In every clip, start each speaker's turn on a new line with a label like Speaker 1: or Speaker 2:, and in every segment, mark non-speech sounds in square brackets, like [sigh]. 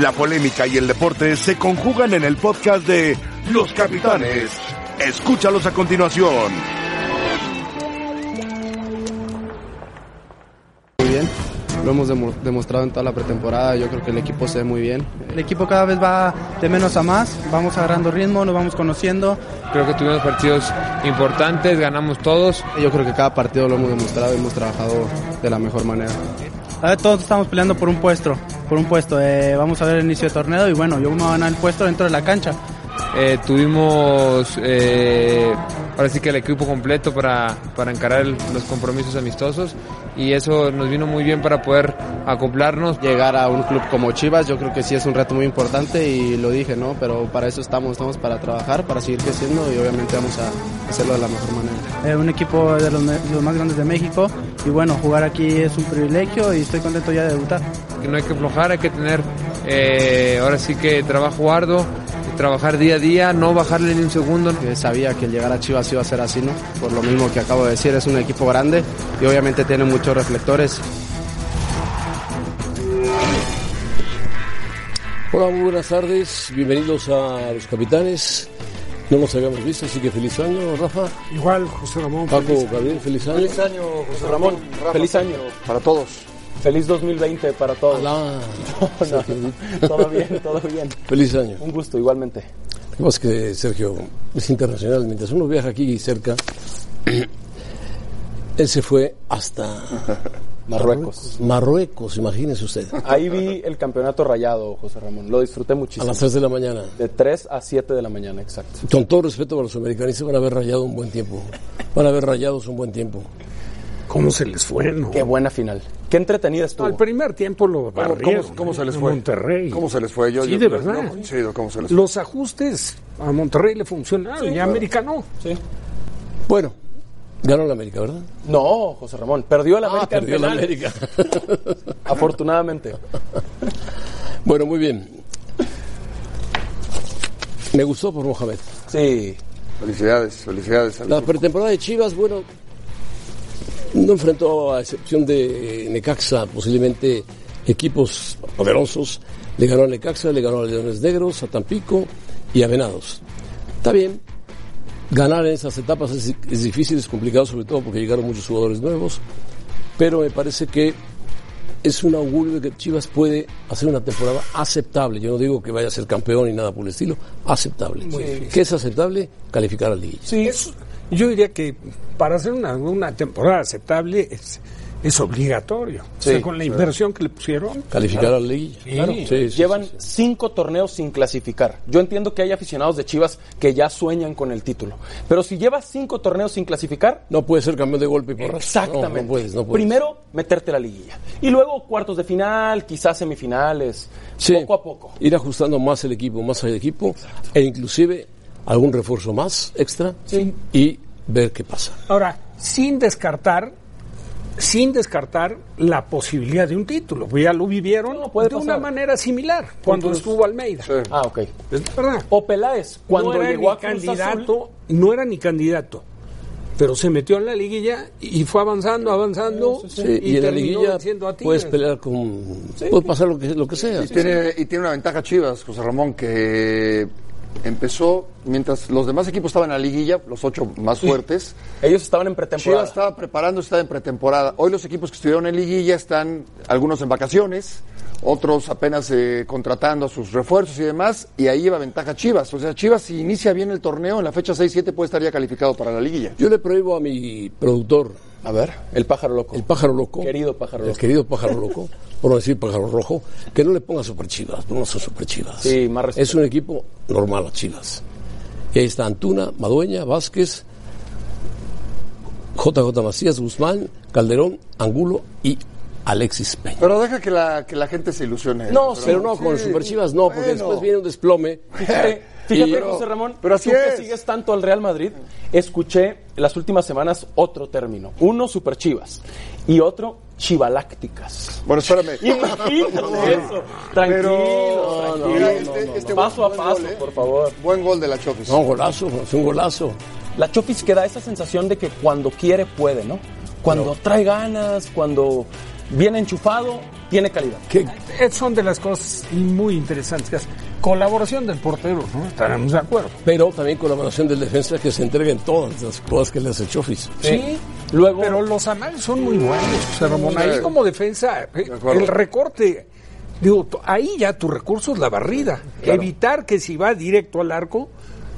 Speaker 1: La polémica y el deporte se conjugan en el podcast de Los Capitanes. Escúchalos a continuación.
Speaker 2: Muy bien, lo hemos demo- demostrado en toda la pretemporada, yo creo que el equipo se ve muy bien.
Speaker 3: El equipo cada vez va de menos a más, vamos agarrando ritmo, nos vamos conociendo.
Speaker 4: Creo que tuvimos partidos importantes, ganamos todos.
Speaker 2: Yo creo que cada partido lo hemos demostrado y hemos trabajado de la mejor manera.
Speaker 3: A ver, todos estamos peleando por un puesto, por un puesto. Eh, vamos a ver el inicio de torneo y bueno, yo me voy a ganar el puesto dentro de la cancha.
Speaker 4: Eh, tuvimos eh, ahora sí que el equipo completo para, para encarar el- los compromisos amistosos y eso nos vino muy bien para poder acoplarnos.
Speaker 2: Llegar a un club como Chivas, yo creo que sí es un reto muy importante y lo dije, ¿no? Pero para eso estamos, estamos para trabajar, para seguir creciendo y obviamente vamos a hacerlo de la mejor manera.
Speaker 3: Eh, un equipo de los, me- los más grandes de México y bueno, jugar aquí es un privilegio y estoy contento ya de debutar.
Speaker 4: que no hay que aflojar, hay que tener eh, ahora sí que trabajo arduo, trabajar día a día, no bajarle ni un segundo.
Speaker 2: Eh, Sabía que el llegar a Chivas iba a ser así, ¿no? Por lo mismo que acabo de decir, es un equipo grande y obviamente tiene muchos reflectores
Speaker 5: Hola, muy buenas tardes. Bienvenidos a Los Capitanes. No nos habíamos visto, así que feliz año, Rafa.
Speaker 6: Igual, José Ramón.
Speaker 5: Paco, Gabriel, feliz año.
Speaker 7: Feliz año, José Ramón. Feliz año.
Speaker 5: Para todos.
Speaker 7: Feliz 2020 para todos.
Speaker 5: Hola.
Speaker 7: [laughs] No, no, todo bien, todo bien.
Speaker 5: Feliz año.
Speaker 7: Un gusto, igualmente.
Speaker 5: Lo que pasa es que Sergio es internacional. Mientras uno viaja aquí cerca, [clears throat] él se fue hasta
Speaker 7: [laughs] Marruecos.
Speaker 5: Marruecos, imagínese usted.
Speaker 7: Ahí vi el campeonato rayado, José Ramón. Lo disfruté
Speaker 5: A
Speaker 7: muchísimo.
Speaker 5: las 3 de la mañana.
Speaker 7: De 3 a 7 de la mañana, exacto.
Speaker 5: Con todo respeto para los americanistas, van a haber rayado un buen tiempo. Van a haber rayados un buen tiempo.
Speaker 6: ¿Cómo se les fue, no?
Speaker 7: Qué buena final. Qué entretenida
Speaker 6: Al
Speaker 7: estuvo.
Speaker 6: primer tiempo lo
Speaker 8: ¿Cómo,
Speaker 6: barrieron.
Speaker 8: cómo- cómo se
Speaker 6: ¿eh?
Speaker 8: les
Speaker 6: A
Speaker 8: fue?
Speaker 6: Monterrey.
Speaker 8: ¿Cómo se les fue? Yo,
Speaker 6: Sí,
Speaker 8: yo-
Speaker 6: de
Speaker 8: yo-
Speaker 6: verdad.
Speaker 8: no, sí, no, ¿cómo se les fue?
Speaker 6: Los ajustes a Monterrey le funcionaron y a América no.
Speaker 5: Bueno, ganó la América, ¿verdad?
Speaker 7: No, José Ramón. Perdió el América. en
Speaker 5: Ah, perdió la
Speaker 7: penales.
Speaker 5: América.
Speaker 7: [laughs] Afortunadamente.
Speaker 5: Bueno, muy bien. Me gustó por Mohamed.
Speaker 7: Sí.
Speaker 8: Felicidades, felicidades. al
Speaker 5: La
Speaker 8: equipo.
Speaker 5: pretemporada de Chivas, bueno, no enfrentó, a excepción de Necaxa, posiblemente equipos poderosos. Le ganó a Necaxa, le ganó a Leones Negros, a Tampico y a Venados. Está bien, ganar en esas etapas es, es difícil, es complicado, sobre todo porque llegaron muchos jugadores nuevos. Pero me parece que es un augurio de que Chivas puede hacer una temporada aceptable. Yo no digo que vaya a ser campeón ni nada por el estilo, aceptable. ¿Qué es aceptable? Calificar al Liguilla.
Speaker 6: Sí, es- yo diría que para hacer una, una temporada aceptable es, es obligatorio. O sea, con la inversión que le pusieron.
Speaker 5: Calificar a la liguilla. Claro. Sí, sí,
Speaker 7: Llevan
Speaker 5: sí, sí.
Speaker 7: cinco torneos sin clasificar. Yo entiendo que hay aficionados de Chivas que ya sueñan con el título. Pero si llevas cinco torneos sin clasificar,
Speaker 5: No puede ser campeón de golpe y porrazo.
Speaker 7: Exactamente.
Speaker 5: No, no puedes, no puedes.
Speaker 7: Primero, meterte a la liguilla. Y luego cuartos de final, quizás semifinales.
Speaker 5: Sí,
Speaker 7: Poco a poco.
Speaker 5: Ir ajustando más el equipo, más el equipo, e inclusive algún refuerzo más extra y ver qué pasa.
Speaker 6: Ahora, sin descartar, sin descartar la posibilidad de un título. pues Ya lo vivieron
Speaker 7: No, puede
Speaker 6: de
Speaker 7: pasar.
Speaker 6: una manera similar cuando estuvo Almeida.
Speaker 7: Ah, ok.
Speaker 6: Es la verdad.
Speaker 7: O Peláez, cuando
Speaker 6: no era
Speaker 7: llegó
Speaker 6: ni
Speaker 7: a Cruz Azul,
Speaker 6: candidato, no era ni candidato, pero se metió en la liguilla y fue avanzando, avanzando
Speaker 5: Sí, y, en la
Speaker 6: terminó
Speaker 5: liguilla pues,
Speaker 6: venciendo a Tigres.
Speaker 5: puedes pelear con... Puede pasar lo que, lo que sea.
Speaker 8: Y tiene, y tiene una ventaja Chivas, José Ramón, que empezó mientras los demás equipos estaban en la liguilla, los ocho más fuertes.
Speaker 7: ellos estaban en pretemporada.
Speaker 8: Chivas estaba preparando, estaba en pretemporada. Hoy los equipos que estuvieron en liguilla están algunos en vacaciones, otros apenas eh, contratando a sus refuerzos y demás, y ahí lleva ventaja Chivas. O sea, Chivas si inicia bien el torneo, en la fecha 6-7 puede estar ya calificado para la liguilla.
Speaker 5: Yo le prohíbo a mi productor,
Speaker 7: A ver, el pájaro loco.
Speaker 5: el pájaro loco,
Speaker 7: Querido pájaro
Speaker 5: el
Speaker 7: loco.
Speaker 5: querido pájaro loco, por no decir pájaro rojo, que no le ponga super chivas, no son super chivas.
Speaker 7: Sí, más respeto.
Speaker 5: es un equipo normal a chivas. Y ahí está Antuna, Madueña, Vázquez, JJ Macías, Guzmán, Calderón, Angulo y Alexis Peña. Pero,
Speaker 8: Pero deja que la, que la gente se ilusione.
Speaker 7: No,
Speaker 8: José
Speaker 5: no
Speaker 8: Ramón.
Speaker 5: con
Speaker 8: Sí.
Speaker 5: super chivas, no, porque
Speaker 8: Bueno.
Speaker 5: después viene un desplome.
Speaker 7: Fíjate,
Speaker 5: Y-
Speaker 7: fíjate,
Speaker 5: pero-
Speaker 7: José Ramón,
Speaker 8: pero así
Speaker 7: tú
Speaker 8: es.
Speaker 7: que sigues tanto al Real Madrid, escuché las últimas semanas otro término. Uno, super chivas. Y otro, chivalácticas.
Speaker 8: Bueno, [laughs] espérame.
Speaker 7: [laughs] Imagínate eso. Tranquilo,
Speaker 8: Pero-
Speaker 7: tranquilo.
Speaker 8: Mira, este- este
Speaker 7: paso a
Speaker 8: buen
Speaker 7: paso,
Speaker 8: gol, ¿eh?
Speaker 7: por favor.
Speaker 8: Buen gol de la Chofis.
Speaker 5: No, golazo, es un golazo.
Speaker 7: La Chofis que da esa sensación de que cuando quiere puede, ¿no? Cuando trae ganas, cuando bien enchufado, tiene calidad.
Speaker 6: Que son de las cosas muy interesantes que hace. Colaboración del portero, ¿no? Estaremos de acuerdo.
Speaker 5: Pero también colaboración del defensa que se entrega en todas las cosas que le hace Chofis.
Speaker 7: Sí. Luego,
Speaker 6: Pero los anales son muy buenos, José Ramón. Ahí
Speaker 8: claro.
Speaker 6: como defensa, eh,
Speaker 8: acuerdo.
Speaker 6: el recorte. Digo, t- ahí ya tu recurso es la barrida. Evitar que si va directo al arco,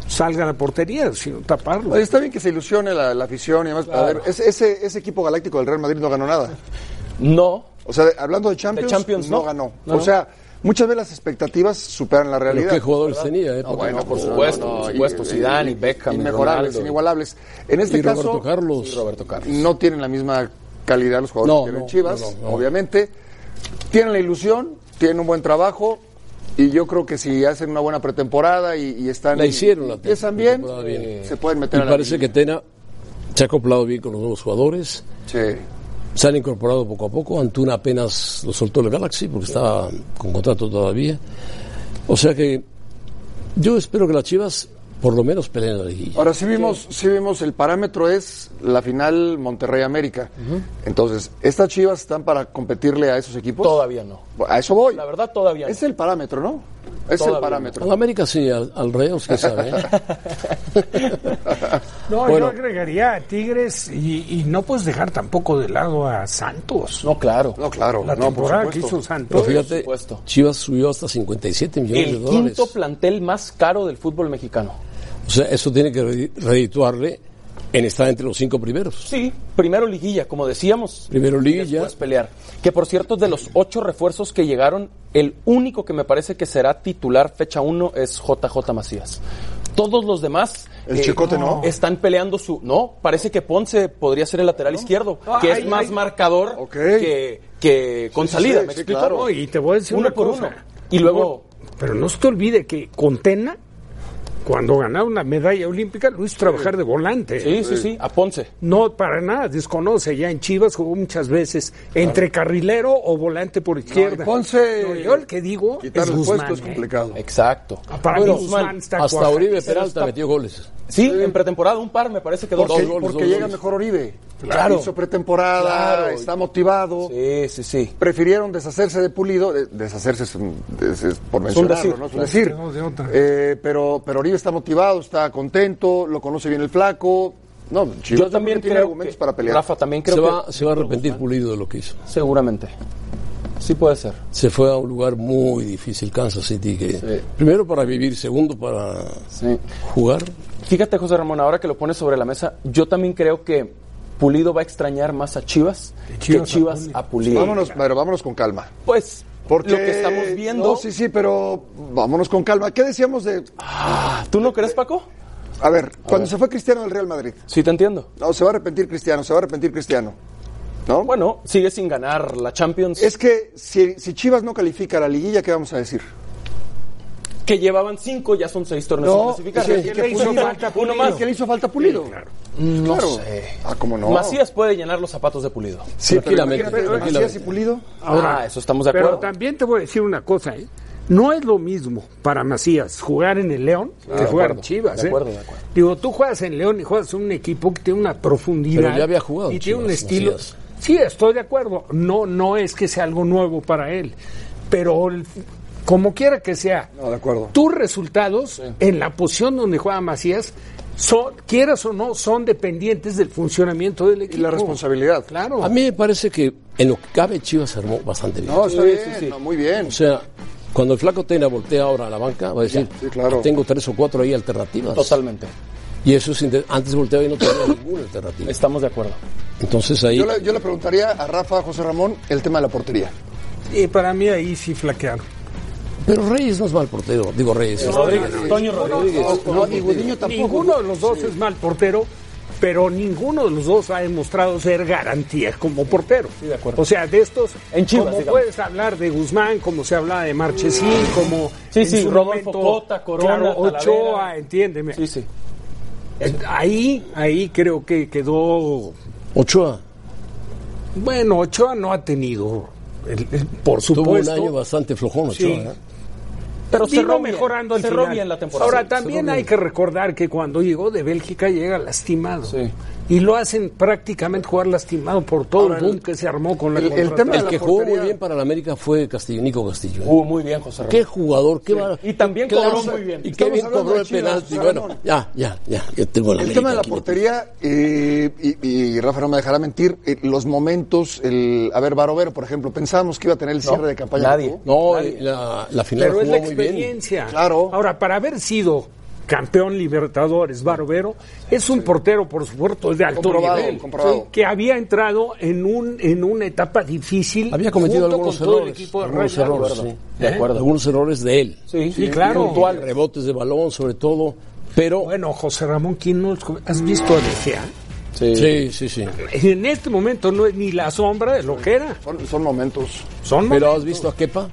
Speaker 6: salga la portería, sino taparlo.
Speaker 8: Oye, Está bien que se ilusione la, la afición y demás. pero a ver, ese, ese- ese equipo galáctico del Real Madrid no ganó nada.
Speaker 7: no.
Speaker 8: O sea, de- hablando de Champions,
Speaker 7: Champions,
Speaker 8: no,
Speaker 7: no.
Speaker 8: ganó.
Speaker 7: No,
Speaker 8: O
Speaker 7: no.
Speaker 8: sea, muchas veces las expectativas superan la
Speaker 5: Pero
Speaker 8: realidad.
Speaker 5: qué jugadores tenía, ¿eh?
Speaker 8: No, bueno, por
Speaker 7: supuesto,
Speaker 8: no, no,
Speaker 7: por supuesto,
Speaker 8: y- eh,
Speaker 7: Zidane,
Speaker 8: y-
Speaker 7: Beckham,
Speaker 8: Inmejorables,
Speaker 7: Ronaldo.
Speaker 8: inigualables. En este
Speaker 5: y
Speaker 8: caso,
Speaker 5: Roberto Carlos.
Speaker 8: no tienen la misma calidad los jugadores
Speaker 5: No,
Speaker 8: que tienen
Speaker 5: no,
Speaker 8: Chivas,
Speaker 5: no, no, no.
Speaker 8: obviamente. Tienen la ilusión, tienen un buen trabajo. Y yo creo que si hacen una buena pretemporada y, y están.
Speaker 5: La hicieron la
Speaker 8: empiezan bien, eh,
Speaker 5: pretemporada bien.
Speaker 8: se pueden meter
Speaker 5: Y
Speaker 8: a la
Speaker 5: parece que
Speaker 8: liguilla.
Speaker 5: Tena se ha acoplado bien con los nuevos jugadores.
Speaker 8: Sí.
Speaker 5: Se han incorporado poco a poco. Antuna apenas lo soltó el Galaxy porque estaba con contrato todavía. O sea que yo espero que las Chivas por lo menos peleen la liguilla.
Speaker 8: Ahora sí vimos, sí vimos, el parámetro es la final Monterrey América. Entonces, ¿estas Chivas están para competirle a esos equipos?
Speaker 7: Todavía no.
Speaker 8: A eso voy.
Speaker 7: La verdad, todavía no.
Speaker 8: Es el parámetro, ¿no? Es
Speaker 7: Todavía
Speaker 8: el
Speaker 7: no.
Speaker 8: parámetro.
Speaker 5: Al América sí, al, al Reos, que sabe. ¿eh?
Speaker 6: No,
Speaker 5: Bueno.
Speaker 6: yo agregaría a Tigres y, y no puedes dejar tampoco de lado a Santos.
Speaker 7: No, claro.
Speaker 8: [laughs] No, claro.
Speaker 6: la
Speaker 8: no, por
Speaker 6: temporada que
Speaker 8: supuesto.
Speaker 6: hizo
Speaker 5: Pero
Speaker 6: Santos.
Speaker 5: fíjate,
Speaker 7: supuesto.
Speaker 5: Chivas subió hasta 57 millones de
Speaker 7: El
Speaker 5: dólares.
Speaker 7: quinto plantel más caro del fútbol mexicano.
Speaker 5: O sea, eso tiene que re- redituarle en estar entre los cinco primeros.
Speaker 7: Sí, primero liguilla, como decíamos.
Speaker 5: Primero Liguilla,
Speaker 7: Después pelear. Que por cierto, de los ocho refuerzos que llegaron, el único que me parece que será titular fecha uno es JJ Macías. Todos los demás. eh,
Speaker 8: El Chicote no.
Speaker 7: Están peleando su. No, parece que Ponce podría ser el lateral izquierdo,
Speaker 6: Ah,
Speaker 7: que
Speaker 6: ahí,
Speaker 7: es más
Speaker 6: ahí.
Speaker 7: marcador
Speaker 8: Ok.
Speaker 7: que, que con
Speaker 8: sí,
Speaker 7: salida.
Speaker 8: sí,
Speaker 7: ¿Me
Speaker 8: sí,
Speaker 7: explico?
Speaker 8: claro.
Speaker 6: No, y te voy a decir
Speaker 7: Uno
Speaker 6: una
Speaker 7: por
Speaker 6: cosa.
Speaker 7: uno. Y luego-
Speaker 6: pero no se te olvide que con Tena, cuando ganaba una medalla olímpica, lo hizo trabajar de volante.
Speaker 7: Sí, sí, sí, a Ponce.
Speaker 6: No, para nada, desconoce. Ya en Chivas jugó muchas veces entre carrilero o volante por izquierda.
Speaker 8: No, y Ponce-
Speaker 6: No, yo el que digo
Speaker 8: Quitar
Speaker 6: es
Speaker 8: el
Speaker 6: Guzmán.
Speaker 8: puesto es
Speaker 6: ¿eh?
Speaker 8: complicado.
Speaker 7: Exacto.
Speaker 6: Para
Speaker 5: Bueno,
Speaker 6: mí Guzmán está
Speaker 5: hasta
Speaker 6: cuajado.
Speaker 5: Oribe Peralta metió goles.
Speaker 7: Sí, en pretemporada un par, me parece que dos.
Speaker 8: Porque,
Speaker 5: Dos goles,
Speaker 8: porque
Speaker 5: dos
Speaker 8: llega
Speaker 5: goles.
Speaker 8: mejor Oribe.
Speaker 7: Claro.
Speaker 8: Hizo pretemporada,
Speaker 7: Claro.
Speaker 8: está motivado.
Speaker 7: Sí, sí, sí.
Speaker 8: Prefirieron deshacerse de Pulido. de- deshacerse es, un- es- es por
Speaker 7: Es un
Speaker 8: mencionarlo,
Speaker 7: decir.
Speaker 8: ¿no? Es un decir.
Speaker 6: No, de otra.
Speaker 8: Eh, pero, pero Oribe está motivado, está contento, lo conoce bien el flaco. No, Chivas yo
Speaker 7: Yo
Speaker 8: creo
Speaker 7: también
Speaker 8: que tiene
Speaker 7: creo
Speaker 8: argumentos
Speaker 7: que-
Speaker 8: para pelear.
Speaker 7: Rafa, también creo
Speaker 5: Se
Speaker 7: que
Speaker 5: va, se va a arrepentir Pulido de lo que hizo.
Speaker 7: seguramente. Sí puede ser.
Speaker 5: Se fue a un lugar muy difícil, Kansas City. Que, Primero para vivir, segundo para
Speaker 7: Sí.
Speaker 5: jugar.
Speaker 7: Fíjate, José Ramón, ahora que lo pones sobre la mesa, yo también creo que Pulido va a extrañar más a Chivas,
Speaker 6: Chivas
Speaker 7: que Chivas a Pulido.
Speaker 8: Vámonos, pero vámonos con calma.
Speaker 7: Pues,
Speaker 8: Porque
Speaker 7: lo que estamos viendo.
Speaker 8: No, sí, sí, pero vámonos con calma. ¿Qué decíamos de.?
Speaker 7: Ah, ¿Tú no crees, Paco?
Speaker 8: A ver, cuando se fue Cristiano del Real Madrid.
Speaker 7: Sí, te entiendo.
Speaker 8: No, se va a arrepentir Cristiano, se va a arrepentir Cristiano. ¿No?
Speaker 7: Bueno, sigue sin ganar la Champions,
Speaker 8: Es que si, si Chivas no califica a la liguilla, ¿qué vamos a decir?
Speaker 7: que llevaban cinco, ya son seis torneos
Speaker 8: No,
Speaker 7: sin clasificar.
Speaker 8: sí, ¿y qué le hizo
Speaker 7: Pulido?
Speaker 6: falta a
Speaker 7: Uno
Speaker 6: Pulido?
Speaker 7: más.
Speaker 8: ¿Qué le hizo falta a Pulido?
Speaker 7: No
Speaker 8: Claro.
Speaker 7: sé.
Speaker 8: Ah, ¿cómo no?
Speaker 7: eh, Macías puede llenar los zapatos de Pulido.
Speaker 8: Sí, pero
Speaker 5: Tranquilamente,
Speaker 8: imagínate,
Speaker 5: tranquilamente.
Speaker 8: Macías y Pulido.
Speaker 6: Ahora,
Speaker 7: ah, eso estamos de
Speaker 6: pero
Speaker 7: acuerdo.
Speaker 6: también te voy a decir una cosa, ¿eh? No es lo mismo para Macías jugar en el León que jugar en
Speaker 7: acuerdo,
Speaker 6: Chivas.
Speaker 7: de
Speaker 6: ¿eh?
Speaker 7: acuerdo, de acuerdo.
Speaker 6: Digo, tú juegas en León y juegas en un equipo que tiene una profundidad.
Speaker 5: Pero ya había jugado
Speaker 6: Y
Speaker 5: en
Speaker 6: tiene un
Speaker 5: Chivas,
Speaker 6: estilo.
Speaker 5: Macías.
Speaker 6: Sí, estoy de acuerdo. No, no es que sea algo nuevo para él. Pero el- como quiera que sea,
Speaker 8: No, de acuerdo.
Speaker 6: tus resultados en la posición donde juega Macías, son, quieras o no, son dependientes del funcionamiento del
Speaker 8: Y
Speaker 6: equipo.
Speaker 8: la responsabilidad.
Speaker 6: Claro.
Speaker 5: A mí me parece que en lo que cabe Chivas se armó bastante bien.
Speaker 8: No, está
Speaker 7: Sí,
Speaker 8: bien,
Speaker 7: sí, sí.
Speaker 8: no, muy bien.
Speaker 5: O sea, cuando el flaco Tena voltea ahora a la banca, va a decir,
Speaker 8: sí, claro.
Speaker 5: tengo tres o cuatro ahí alternativas.
Speaker 7: Totalmente.
Speaker 5: Y eso es inte- antes volteaba y no tenía ninguna alternativa.
Speaker 7: Estamos de acuerdo.
Speaker 5: Entonces Pues ahí...
Speaker 8: Yo le, yo le preguntaría a Rafa José Ramón el tema de la portería.
Speaker 6: Y para mí ahí sí flaquearon.
Speaker 5: Pero Reyes no es mal portero, digo Reyes.
Speaker 7: Toño Rodríguez.
Speaker 8: No, y Gudiño tampoco.
Speaker 6: Ninguno de los dos es mal portero, pero ninguno de los dos ha demostrado ser garantía como portero.
Speaker 7: de acuerdo.
Speaker 6: O sea, de estos,
Speaker 7: En Chivas,
Speaker 6: como
Speaker 7: digamos.
Speaker 6: puedes hablar de Guzmán, como se hablaba de Marchesín, como
Speaker 7: Sí,
Speaker 6: en
Speaker 7: sí,
Speaker 6: su
Speaker 7: Rodolfo
Speaker 6: momento,
Speaker 7: Cota, Corona,
Speaker 6: claro, Ochoa,
Speaker 7: Talavera.
Speaker 6: entiéndeme.
Speaker 7: Sí, sí.
Speaker 6: Eh, Ahí, ahí creo que quedó
Speaker 5: Ochoa
Speaker 6: bueno, Ochoa no ha tenido el- el- por
Speaker 5: tuvo un
Speaker 6: supuesto.
Speaker 5: año bastante flojón, Ochoa.
Speaker 6: Sí.
Speaker 5: ¿eh?
Speaker 7: Pero
Speaker 6: Vino
Speaker 7: cerró bien,
Speaker 6: mejorando al
Speaker 7: cerró
Speaker 6: final.
Speaker 7: bien la temporada.
Speaker 6: Ahora también hay que recordar que cuando llegó de Bélgica llega lastimado.
Speaker 7: Sí.
Speaker 6: Y lo hacen prácticamente jugar lastimado por todo
Speaker 8: Ahora,
Speaker 6: el boom
Speaker 8: el-
Speaker 6: que se armó con la
Speaker 8: el- el
Speaker 6: contratación.
Speaker 8: tema de
Speaker 5: El
Speaker 8: la
Speaker 5: que jugó muy
Speaker 8: portería.
Speaker 5: bien para la América fue Castillo, Nico Castillo. ¿eh?
Speaker 7: Jugó muy bien, José Ramón.
Speaker 5: Qué jugador, qué bar-
Speaker 7: Y también
Speaker 5: qué
Speaker 7: cobró
Speaker 5: lanza-
Speaker 7: muy bien.
Speaker 5: Y qué
Speaker 8: Estamos
Speaker 5: bien
Speaker 8: hablando
Speaker 5: cobró
Speaker 8: de
Speaker 5: el
Speaker 8: Chivas,
Speaker 5: penalti.
Speaker 8: Ramón.
Speaker 5: Bueno, ya, ya, ya. Yo tengo la
Speaker 8: El tema de la
Speaker 5: América aquí,
Speaker 8: portería, eh, y, y Rafa no me dejará mentir, eh, los momentos, el, a ver, Barovero, por ejemplo, pensábamos que iba a tener el cierre de campaña.
Speaker 7: nadie.
Speaker 8: ¿no?
Speaker 5: No, eh, la, la final
Speaker 6: Pero es
Speaker 5: jugó
Speaker 6: la
Speaker 5: muy bien.
Speaker 6: experiencia.
Speaker 8: Claro.
Speaker 6: Ahora, para haber sido campeón Libertadores, Barovero, es un portero, por supuesto, de alto
Speaker 8: Comprobado,
Speaker 6: nivel,
Speaker 8: comprobado.
Speaker 6: sí, que había entrado en un en una etapa difícil.
Speaker 5: Había cometido
Speaker 6: junto
Speaker 5: algunos
Speaker 6: con todo el
Speaker 5: errores,
Speaker 6: equipo de
Speaker 5: algunos
Speaker 6: Rayados.
Speaker 5: errores,
Speaker 6: ¿Eh?
Speaker 5: sí.
Speaker 7: De acuerdo.
Speaker 5: Algunos errores de él.
Speaker 7: Sí,
Speaker 6: Sí, claro.
Speaker 7: puntual.
Speaker 5: Rebotes de balón, sobre todo. Pero.
Speaker 6: Bueno, José Ramón, ¿quién no has visto a Decía?
Speaker 7: Sí.
Speaker 5: sí, sí, sí.
Speaker 6: En este momento no es ni la sombra de lo que era.
Speaker 8: Son, son momentos.
Speaker 6: Son
Speaker 5: Pero has visto a Kepa,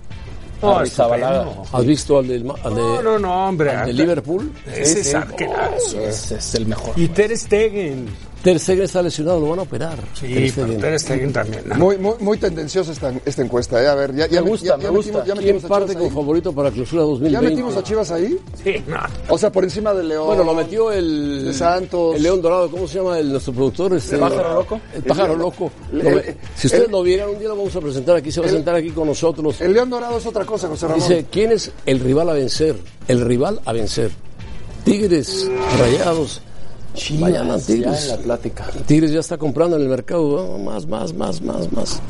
Speaker 6: No,
Speaker 7: a Rizabalaga.
Speaker 6: estupendo.
Speaker 5: has visto al del, ma- al de,
Speaker 6: no, no, no, hombre.
Speaker 5: al de Liverpool.
Speaker 6: Ese es arquerazo.
Speaker 7: Ese es el mejor.
Speaker 6: Y Ter Stegen.
Speaker 5: Ter Stegen está lesionado, lo van a operar. Ter
Speaker 6: Sí, pero
Speaker 5: Stegen.
Speaker 6: Ter Stegen también. ¿no?
Speaker 8: Muy, muy, muy tendenciosa esta, esta encuesta, ¿eh? A ver, ya, ya,
Speaker 7: Me gusta,
Speaker 8: ya-
Speaker 7: me
Speaker 8: ya
Speaker 7: gusta.
Speaker 8: metimos, ya
Speaker 5: ¿Quién
Speaker 8: metimos a
Speaker 5: parte
Speaker 8: Chivas
Speaker 5: como
Speaker 8: ahí.
Speaker 5: favorito para clausura
Speaker 8: ¿Ya
Speaker 5: 2020?
Speaker 8: metimos a Chivas ahí?
Speaker 6: Sí, no. Ah,
Speaker 8: O sea, por encima de León.
Speaker 5: Bueno, lo metió el
Speaker 8: De Santos.
Speaker 5: el León Dorado, ¿cómo se llama el, nuestro productor? Este, ¿El
Speaker 7: Pájaro Loco?
Speaker 5: El pájaro loco.
Speaker 8: El-
Speaker 5: Lo ve-
Speaker 8: el-
Speaker 5: si ustedes
Speaker 8: el-
Speaker 5: lo vieran, un día lo vamos a presentar aquí, se va a sentar aquí con nosotros.
Speaker 8: El León Dorado es otra cosa, José Ramón.
Speaker 5: Dice, ¿quién es el rival a vencer? El rival a vencer. Tigres, Rayados, Mañana
Speaker 7: Ya en
Speaker 5: Tigres.
Speaker 7: la plática.
Speaker 5: Tigres ya está comprando en el mercado, ¿no? más, más, más, más, más.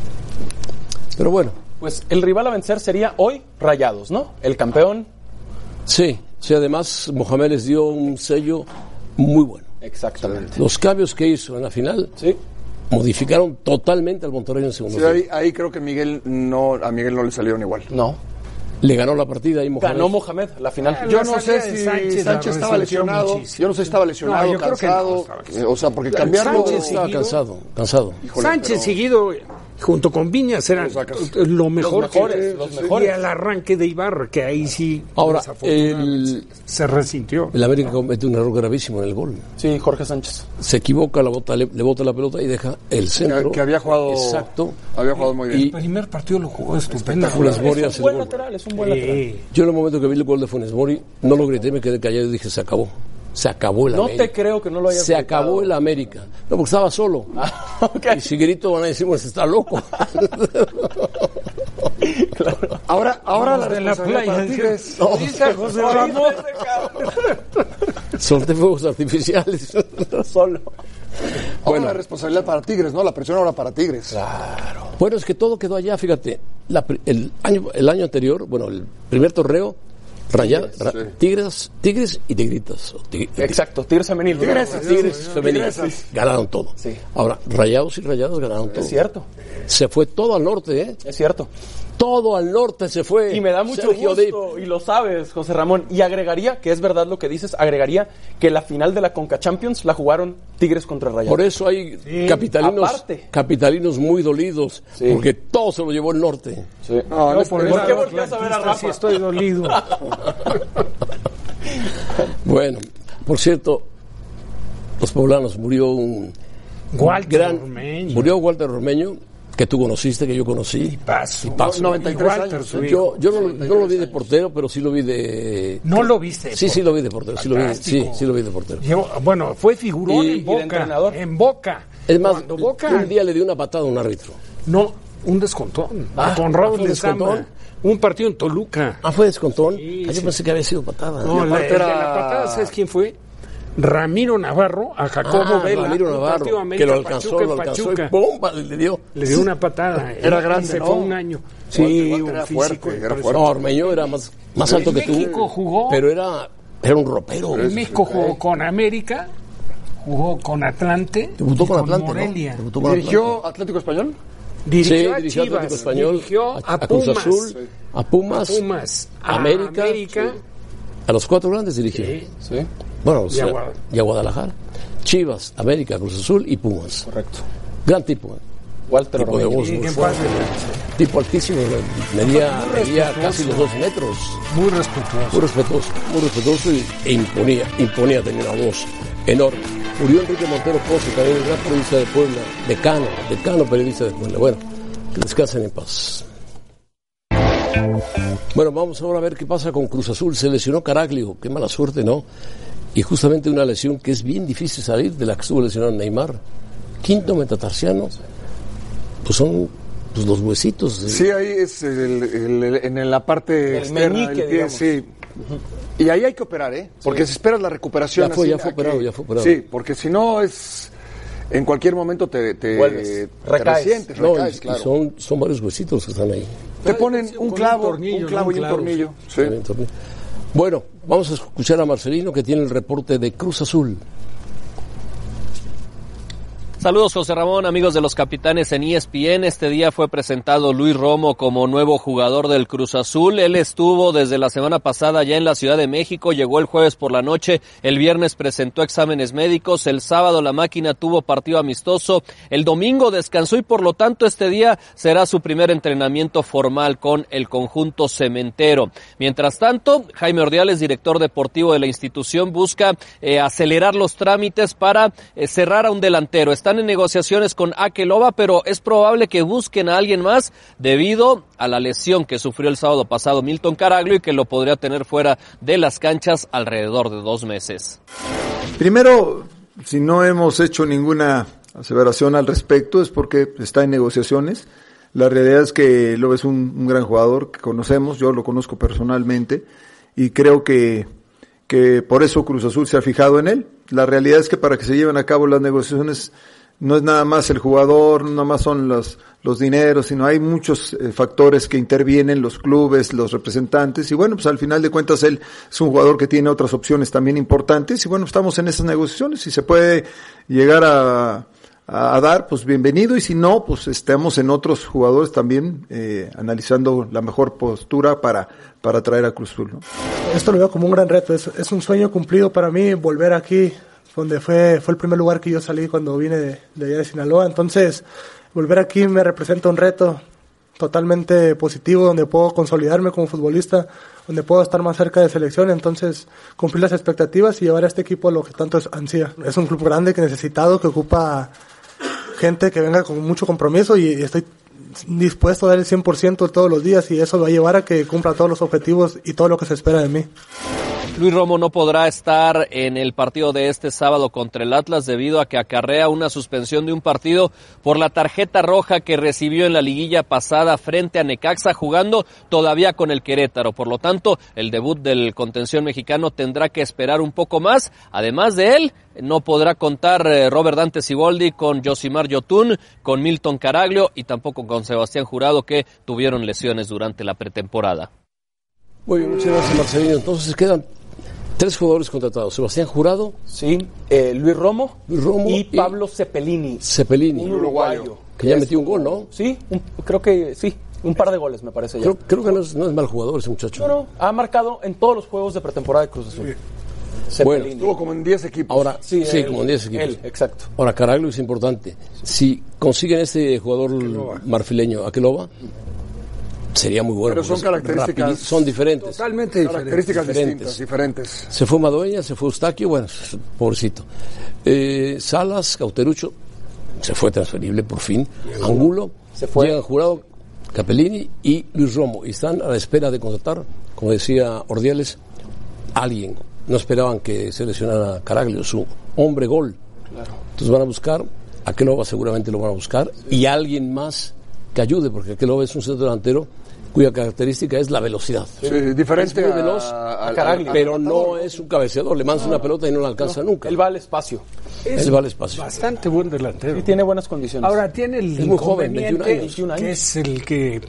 Speaker 5: Pero bueno,
Speaker 7: Pues el rival a vencer sería hoy Rayados, ¿no? El campeón.
Speaker 5: Ah, sí, sí, además Mohamed les dio un sello muy bueno.
Speaker 7: Exactamente.
Speaker 5: Los cambios que hizo en la final
Speaker 7: Sí.
Speaker 5: modificaron totalmente al Monterrey en segundo
Speaker 8: Sí,
Speaker 5: tiempo.
Speaker 8: ahí, ahí creo que Miguel no, a Miguel no le salieron igual.
Speaker 7: No.
Speaker 5: Le ganó la partida y Mohamed.
Speaker 7: Ganó Mohamed la final.
Speaker 8: Yo
Speaker 6: La
Speaker 8: no sé
Speaker 6: salida de
Speaker 8: si
Speaker 6: Sánchez
Speaker 8: Sánchez,
Speaker 6: la resintió
Speaker 8: estaba lesionado.
Speaker 6: muchísimo.
Speaker 8: Yo no sé si estaba lesionado,
Speaker 6: No, yo creo que no,
Speaker 8: cansado.
Speaker 6: estaba
Speaker 8: eh, o sea, porque cambiarlo.
Speaker 5: Sánchez estaba
Speaker 6: seguido.
Speaker 5: cansado, cansado.
Speaker 8: Híjole,
Speaker 6: Sánchez
Speaker 8: pero-
Speaker 6: seguido junto con Viñas eran
Speaker 8: Lo sacas.
Speaker 6: lo mejor
Speaker 7: Los mejores,
Speaker 6: que-
Speaker 7: los mejores.
Speaker 6: y al arranque de Ibarra que ahí sí
Speaker 5: Ahora,
Speaker 6: desafortunadamente,
Speaker 5: el-
Speaker 6: se resintió
Speaker 5: El América comete un error gravísimo en el gol.
Speaker 7: Sí, Jorge Sánchez.
Speaker 5: se equivoca, la bota, le, le bota la pelota y deja el centro.
Speaker 8: que, que había jugado.
Speaker 5: Exacto.
Speaker 8: Había jugado muy bien.
Speaker 5: Y-
Speaker 6: primer partido lo jugó estupendo
Speaker 5: Funes Mori hace
Speaker 7: es
Speaker 5: el
Speaker 7: un buen
Speaker 5: gol.
Speaker 7: lateral, es un buen lateral.
Speaker 6: Sí.
Speaker 5: Yo en el momento que vi el gol de Funes Mori, no lo grité, me quedé callado y dije, se acabó. Se acabó el
Speaker 7: No
Speaker 5: América.
Speaker 7: te creo que no lo hayas
Speaker 5: Se
Speaker 7: gritado.
Speaker 5: acabó el América. No, porque estaba solo.
Speaker 7: Ah, [laughs] ok.
Speaker 5: Y si grito van a decir, bueno, está
Speaker 7: [laughs]
Speaker 5: loco.
Speaker 8: Ahora, ahora la
Speaker 6: de la
Speaker 8: responsabilidad
Speaker 6: playa,
Speaker 8: para
Speaker 6: sí.
Speaker 8: Tigres.
Speaker 6: Dice José Ramón
Speaker 5: Solté fuegos artificiales.
Speaker 7: Solo.
Speaker 8: Ahora la responsabilidad para Tigres, ¿no? La presión ahora para Tigres.
Speaker 5: Bueno, es que todo quedó allá, fíjate. La pri- el, año, el año anterior, bueno, el primer torneo, Raya- Ra- tigres, tigres y Tigritas. o tig-
Speaker 7: Exacto, Tigres femenil. ¿no?
Speaker 5: Tigres femeninas ganaron todo.
Speaker 7: Sí.
Speaker 5: Ahora, rayados y rayados ganaron todo.
Speaker 7: Es cierto,
Speaker 5: Se fue todo al norte, ¿eh?
Speaker 7: es cierto.
Speaker 5: Todo al norte se fue.
Speaker 7: Y me da mucho
Speaker 5: Sergio Dip.
Speaker 7: gusto, y lo sabes, José Ramón. Y agregaría, que es verdad lo que dices, agregaría que la final de la Conca Champions la jugaron Tigres contra Rayados.
Speaker 5: Por eso hay capitalinos,
Speaker 7: Aparte.
Speaker 5: capitalinos muy dolidos,
Speaker 7: Sí.
Speaker 5: porque todo se lo llevó el norte.
Speaker 7: Sí.
Speaker 8: No, no es-
Speaker 6: por
Speaker 8: es-
Speaker 7: ¿Por qué
Speaker 6: eso
Speaker 7: volteas a ver a Rafa?
Speaker 6: sí estoy
Speaker 7: [laughs]
Speaker 6: dolido
Speaker 5: [laughs] Bueno, por cierto, los poblanos murió un
Speaker 6: Walter
Speaker 5: gran
Speaker 6: Ormeño.
Speaker 5: murió Walter Ormeño que tú conociste, que yo conocí.
Speaker 6: Paso.
Speaker 5: Paso.
Speaker 8: 93
Speaker 6: Walter,
Speaker 8: años.
Speaker 6: su hijo.
Speaker 5: Yo, yo no, lo- no lo vi de portero, pero sí lo vi de
Speaker 6: no lo viste
Speaker 5: Sí, sí lo vi de portero, sí lo vi, de- sí,
Speaker 6: Fantástico.
Speaker 5: sí lo vi de portero.
Speaker 6: Llevó- bueno fue figurón
Speaker 7: Y- y de
Speaker 6: en Boca
Speaker 7: entrenador.
Speaker 6: en Boca
Speaker 5: Es más,
Speaker 6: Cuando Boca
Speaker 5: un día le dio una patada a un árbitro.
Speaker 6: No, un descontón. con
Speaker 5: Ah, ¿fue
Speaker 6: Raúl
Speaker 5: un
Speaker 6: Lezama.
Speaker 5: descontón?
Speaker 6: Un partido en Toluca.
Speaker 5: Ah, fue descontón.
Speaker 6: Sí,
Speaker 5: Ah, yo
Speaker 6: sí.
Speaker 5: pensé que había sido patada.
Speaker 6: No, la, el de
Speaker 8: era-
Speaker 6: la patada, ¿sabes quién fue? Ramiro Navarro a Jacobo
Speaker 5: Ah,
Speaker 6: Vela.
Speaker 5: Ramiro
Speaker 6: un
Speaker 5: Navarro,
Speaker 6: partido
Speaker 5: que
Speaker 6: América,
Speaker 5: lo alcanzó,
Speaker 6: Pachuca,
Speaker 5: lo alcanzó
Speaker 6: Pachuca.
Speaker 5: y ¡bomba! Le dio.
Speaker 6: Le dio una patada.
Speaker 8: Era grande,
Speaker 6: Se
Speaker 8: ¿no?
Speaker 6: fue un año.
Speaker 8: Walter
Speaker 6: Sí,
Speaker 8: era
Speaker 6: un físico.
Speaker 8: fuerte, era
Speaker 6: impresionante.
Speaker 5: No, Ormeño era más, más alto que tú.
Speaker 6: México jugó.
Speaker 5: Pero era, era un ropero.
Speaker 6: En México jugó con América, jugó con Atlante.
Speaker 5: Debutó
Speaker 6: y
Speaker 5: con Atlante, ¿no?
Speaker 6: Morelia.
Speaker 5: Debutó con Atlante.
Speaker 8: ¿Dirigió Atlético Español?
Speaker 6: Dirigió
Speaker 5: Sí,
Speaker 6: a
Speaker 5: dirigió a
Speaker 6: Chivas,
Speaker 5: Atlético Español,
Speaker 6: dirigió
Speaker 5: a,
Speaker 6: a,
Speaker 5: a Cruz
Speaker 6: Pumas,
Speaker 5: Azul, a
Speaker 6: a
Speaker 5: Pumas,
Speaker 6: Pumas, a
Speaker 5: América,
Speaker 6: América,
Speaker 5: a los cuatro grandes dirigió.
Speaker 7: Sí,
Speaker 5: Bueno, o sea, y, a
Speaker 6: Guadalajara.
Speaker 5: Guadalajara. Chivas, América, Cruz Azul y Pumas.
Speaker 7: correcto.
Speaker 5: Gran tipo. ¿eh?
Speaker 7: Walter
Speaker 5: Tipo de
Speaker 7: Ormeño.
Speaker 5: voz
Speaker 6: Y
Speaker 5: muy
Speaker 6: en
Speaker 5: fuerte.
Speaker 6: paz,
Speaker 5: Tipo altísimo. Medía, medía casi los
Speaker 6: ¿eh?
Speaker 5: dos metros.
Speaker 6: muy respetuoso.
Speaker 5: Muy respetuoso, muy respetuoso y, e imponía, imponía, tenía una voz enorme. Murió Enrique Montero Pozo, también un gran periodista de Puebla, decano, decano periodista de Puebla. Bueno, que descansen en paz. Bueno, vamos ahora a ver qué pasa con Cruz Azul. Se lesionó Caraglio, qué mala suerte, ¿no? y justamente una lesión que es bien difícil salir de la que estuvo lesionado Neymar. Quinto metatarsiano, pues son pues, los huesitos. de-
Speaker 8: Sí, ahí es el- el- el- en la parte externa
Speaker 7: meñique,
Speaker 8: del pie,
Speaker 7: digamos.
Speaker 8: sí. Y ahí hay que operar, ¿eh? Porque se espera la recuperación.
Speaker 5: Ya fue,
Speaker 8: así,
Speaker 5: ya fue
Speaker 8: a que-
Speaker 5: operado, ya fue operado.
Speaker 8: Sí, porque si no es... En cualquier momento te, te,
Speaker 7: Vuelves,
Speaker 8: Eh, te
Speaker 7: recaes.
Speaker 8: resientes,
Speaker 5: No,
Speaker 8: recaes,
Speaker 5: y- y
Speaker 8: claro.
Speaker 5: son, son varios huesitos los que están ahí.
Speaker 8: Te ponen
Speaker 6: Con
Speaker 8: un
Speaker 6: un
Speaker 8: clavo, un,
Speaker 6: tornillo,
Speaker 8: clavo
Speaker 6: ¿no?
Speaker 8: y
Speaker 6: Un
Speaker 8: un
Speaker 6: clavo,
Speaker 8: tornillo. Sí.
Speaker 5: Bueno, vamos a escuchar a Marcelino que tiene el reporte de Cruz Azul.
Speaker 9: Saludos José Ramón, amigos de los capitanes en ESPN. Este día fue presentado Luis Romo como nuevo jugador del Cruz Azul. Él estuvo desde la semana pasada ya en la Ciudad de México, llegó el jueves por la noche, el viernes presentó exámenes médicos, el sábado la máquina tuvo partido amistoso, el domingo descansó y por lo tanto este día será su primer entrenamiento formal con el conjunto cementero. Mientras tanto, Jaime Ordiales, director deportivo de la institución, busca eh, acelerar los trámites para eh, cerrar a un delantero. Están en negociaciones con Akeloba, pero es probable que busquen a alguien más debido a la lesión que sufrió el sábado pasado Milton Caraglio y que lo podría tener fuera de las canchas alrededor de dos meses.
Speaker 10: Primero, si no hemos hecho ninguna aseveración al respecto es porque está en negociaciones. La realidad es que Lobo es un, un gran jugador que conocemos, yo lo conozco personalmente y creo que, que por eso Cruz Azul se ha fijado en él. La realidad es que para que se lleven a cabo las negociaciones no es nada más el jugador, no nada más son los, los dineros, sino hay muchos eh, factores que intervienen, los clubes, los representantes, y bueno, pues al final de cuentas él es un jugador que tiene otras opciones también importantes, y bueno, estamos en esas negociaciones, si se puede llegar a, a- a dar, pues bienvenido, y si no, pues estamos en otros jugadores también eh, analizando la mejor postura para, para traer a Cruz Azul. ¿no?
Speaker 11: Esto lo veo como un gran reto, es, es un sueño cumplido para mí volver aquí, donde fue, fue el primer lugar que yo salí cuando vine de, de allá de Sinaloa. Entonces, volver aquí me representa un reto totalmente positivo, donde puedo consolidarme como futbolista, donde puedo estar más cerca de selección, entonces cumplir las expectativas y llevar a este equipo a lo que tanto es ansía. Es un club grande que necesitado, que ocupa gente que venga con mucho compromiso y y estoy dispuesto a dar el 100% todos los días y eso va a llevar a que cumpla todos los objetivos y todo lo que se espera de mí.
Speaker 9: Luis Romo no podrá estar en el partido de este sábado contra el Atlas debido a que acarrea una suspensión de un partido por la tarjeta roja que recibió en la liguilla pasada frente a Necaxa jugando todavía con el Querétaro. Por lo tanto, el debut del contención mexicano tendrá que esperar un poco más. Además de él, no podrá contar eh, Robert Dante Siboldi con Josimar Yotun, con Milton Caraglio y tampoco con Sebastián Jurado que tuvieron lesiones durante la pretemporada.
Speaker 5: Muy bien, muchas gracias Marcelino. Entonces quedan tres jugadores contratados, Sebastián Jurado,
Speaker 7: Sí, eh, Luis Romo,
Speaker 5: Luis Romo
Speaker 7: y
Speaker 5: y-
Speaker 7: Pablo Cepelini, un
Speaker 5: Cepelini,
Speaker 7: uruguayo.
Speaker 5: que ya metió un gol, ¿no?
Speaker 7: Sí, un- creo que sí, un par de goles me parece ya.
Speaker 5: Creo, creo que no es, no es mal jugador ese muchacho.
Speaker 7: No, no, ha marcado en todos los juegos de pretemporada de Cruz Azul. Cepelini.
Speaker 8: Estuvo como en 10 equipos.
Speaker 5: Ahora, sí,
Speaker 7: él,
Speaker 5: como en 10 equipos.
Speaker 7: Él, exacto.
Speaker 5: Ahora, Caraglio es importante. Si consiguen este jugador marfileño, Akeloba, sería muy bueno.
Speaker 8: Pero son
Speaker 5: porque es
Speaker 8: características
Speaker 5: rapidi- son diferentes.
Speaker 6: Totalmente diferente.
Speaker 8: características
Speaker 5: Diferentes.
Speaker 8: distintas, diferentes.
Speaker 5: Se fue Madueña, se fue Eustaquio, bueno, pobrecito. Eh, Salas, Cauterucho, se fue transferible por fin. Angulo,
Speaker 7: Se fue.
Speaker 5: llegan Jurado, Capellini y Luis Romo. Y están a la espera de contratar, como decía Ordiales, a alguien. No esperaban que se lesionara Caraglio, su hombre gol. Entonces van a buscar, a Keloba seguramente lo van a buscar, y alguien más que ayude, porque Keloba es un centro delantero cuya característica es la velocidad.
Speaker 8: Sí, diferente
Speaker 5: Es muy
Speaker 8: a-
Speaker 5: veloz,
Speaker 8: a-
Speaker 7: a Caraglio.
Speaker 5: pero no es un cabeceador, le mandas una pelota y no la alcanza nunca.
Speaker 7: Él va al espacio
Speaker 5: Él va al espacio.
Speaker 6: Bastante buen delantero.
Speaker 7: y tiene buenas condiciones.
Speaker 6: Ahora tiene el
Speaker 5: Es muy joven, 21
Speaker 6: inconveniente,
Speaker 5: años.
Speaker 7: 21 años.
Speaker 6: que es el que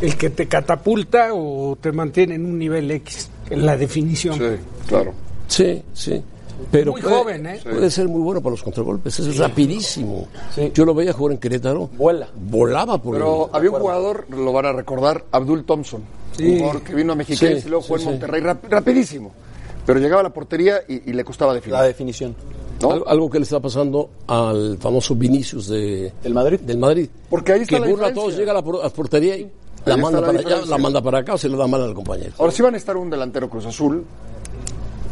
Speaker 6: el que te catapulta o te mantiene en un nivel X en la definición.
Speaker 8: Sí, claro.
Speaker 5: Sí, sí. Pero
Speaker 6: Muy
Speaker 5: puede,
Speaker 6: joven, ¿eh?
Speaker 5: puede ser muy bueno para los contragolpes, es rapidísimo.
Speaker 7: Sí.
Speaker 5: Yo lo veía jugar en Querétaro.
Speaker 7: Vuela.
Speaker 5: Volaba por
Speaker 8: Pero había un jugador, lo van a recordar, Abdul Thompson. Un jugador que vino a Mexiquense
Speaker 5: Sí,
Speaker 8: y luego jugó
Speaker 5: sí,
Speaker 8: en
Speaker 5: sí.
Speaker 8: Monterrey rap- rapidísimo. Pero llegaba a la portería y, y le costaba
Speaker 7: la
Speaker 8: definir.
Speaker 7: definición
Speaker 8: ¿no?
Speaker 5: Al- Algo que le está pasando al famoso Vinicius de,
Speaker 7: del Madrid.
Speaker 5: del Madrid.
Speaker 8: Porque ahí está
Speaker 5: que
Speaker 8: la
Speaker 5: burla a
Speaker 8: diferencia.
Speaker 5: todos, llega a la, por- a la portería y la
Speaker 8: está
Speaker 5: manda,
Speaker 8: la
Speaker 5: para allá,
Speaker 8: diferencia.
Speaker 5: la manda para acá o se le da mal al compañero.
Speaker 8: Ahora sí van a estar un delantero Cruz Azul.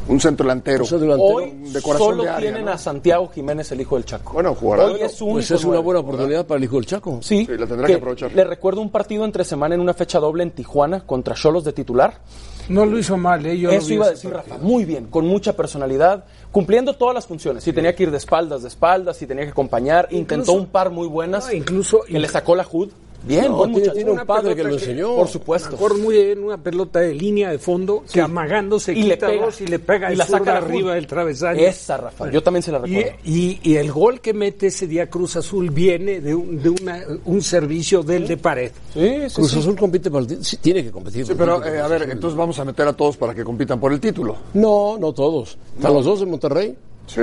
Speaker 8: un centro delantero.
Speaker 7: Hoy
Speaker 8: de corazón
Speaker 7: solo
Speaker 8: de área,
Speaker 7: tienen
Speaker 8: ¿no?
Speaker 7: a Santiago Jiménez, el hijo del Chaco.
Speaker 8: Bueno, jugará.
Speaker 7: Hoy es su
Speaker 8: Pues
Speaker 7: único
Speaker 8: es una
Speaker 7: nueve.
Speaker 5: buena oportunidad para el hijo del Chaco.
Speaker 7: Sí,
Speaker 8: la tendrá que aprovechar.
Speaker 7: Le recuerdo un partido entre semana en una fecha doble en Tijuana contra Cholos de titular.
Speaker 6: No lo hizo mal, ¿eh? Yo lo
Speaker 7: Eso
Speaker 6: vi
Speaker 7: iba a
Speaker 6: ese
Speaker 7: decir Rafa, muy bien, con mucha personalidad, cumpliendo todas las funciones. Si tenía que ir de espaldas, de espaldas, si tenía que acompañar, intentó un par muy buenas. incluso que le sacó la HUD. Bien,
Speaker 6: No,
Speaker 7: buen
Speaker 6: tiene-
Speaker 7: muchacho.
Speaker 6: tiene un
Speaker 7: Una
Speaker 6: padre
Speaker 7: pelota
Speaker 6: que lo enseñó.
Speaker 7: Por supuesto.
Speaker 6: Me acuerdo muy bien, una pelota de línea de fondo que amagando se
Speaker 7: Y le
Speaker 6: quita
Speaker 7: pega.
Speaker 6: dos y le pega
Speaker 7: Y
Speaker 6: y
Speaker 7: la
Speaker 6: la
Speaker 7: saca la
Speaker 6: arriba
Speaker 7: punta.
Speaker 6: del travesaño.
Speaker 7: Esa, Rafa, yo también se la
Speaker 6: Y-
Speaker 7: recuerdo.
Speaker 6: Y, y el gol que mete ese día Cruz Azul viene de un, de una- un servicio del de pared.
Speaker 5: Cruz Azul compite para el título. Sí, tiene que competir.
Speaker 8: Sí,
Speaker 5: por el
Speaker 8: pero
Speaker 5: título,
Speaker 8: eh, a
Speaker 5: Cruz
Speaker 8: ver,
Speaker 5: Azul.
Speaker 8: entonces vamos a meter a todos para que compitan por el título.
Speaker 5: No, no todos. Están
Speaker 8: No.
Speaker 5: los dos de Monterrey
Speaker 8: Sí.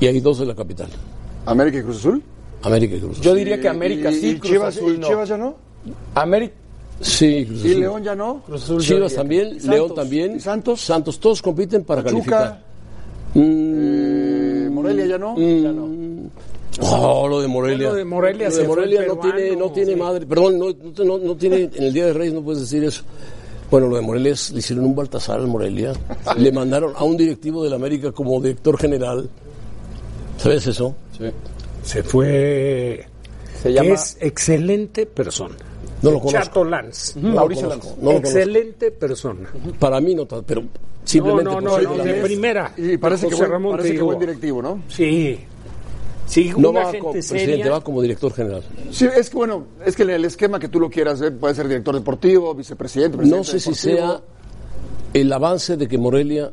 Speaker 5: y hay dos de la capital.
Speaker 8: ¿América y Cruz Azul?
Speaker 5: América y Cruz Azul.
Speaker 7: Yo diría que América
Speaker 8: y-
Speaker 7: sí,
Speaker 8: y
Speaker 7: Cruz
Speaker 8: Chivas-
Speaker 7: Azul
Speaker 8: y
Speaker 7: no.
Speaker 8: Chivas ya no?
Speaker 7: América.
Speaker 5: Sí, Cruz
Speaker 8: ¿Y
Speaker 5: Azul.
Speaker 8: León ya no?
Speaker 5: Chivas también, León también. Santos. Santos, todos compiten para calificar. Mm,
Speaker 8: Eh, Morelia ya no.
Speaker 5: Oh, lo de Morelia.
Speaker 6: Lo de Morelia
Speaker 5: Lo
Speaker 6: se
Speaker 5: de
Speaker 6: fue
Speaker 5: Morelia
Speaker 6: el
Speaker 5: no tiene, no tiene madre. Perdón, no, no, te- no- no tiene. En el Día de Reyes no puedes decir eso. Bueno, lo de Morelia es- le hicieron un Baltasar al Morelia. Le mandaron a un directivo de la América como director general. ¿Sabes eso?
Speaker 7: Sí.
Speaker 6: Se fue.
Speaker 7: Se
Speaker 6: llama... Es excelente persona.
Speaker 5: No lo conozco.
Speaker 6: Chato Lanz.
Speaker 5: No lo Mauricio conozco, Lanz. no lo
Speaker 6: excelente persona.
Speaker 5: Para mí no, tan- pero simplemente
Speaker 6: no,
Speaker 5: por
Speaker 6: no,
Speaker 5: ser
Speaker 6: no,
Speaker 5: de la
Speaker 6: de
Speaker 5: América.
Speaker 6: primera.
Speaker 8: Y parece que
Speaker 6: José
Speaker 8: buen-
Speaker 6: Ramón
Speaker 8: parece
Speaker 6: te
Speaker 8: que
Speaker 6: digo.
Speaker 8: buen directivo, ¿no?
Speaker 6: Sí. Sí,
Speaker 5: No
Speaker 6: una
Speaker 5: va
Speaker 6: gente
Speaker 5: como
Speaker 6: seria.
Speaker 5: presidente, va como director general.
Speaker 8: Sí, es que bueno, es que en el esquema que tú lo quieras ver, puede ser director deportivo, vicepresidente,
Speaker 5: No
Speaker 8: presidente
Speaker 5: sé si
Speaker 8: deportivo. eh,
Speaker 5: sea el avance de que Morelia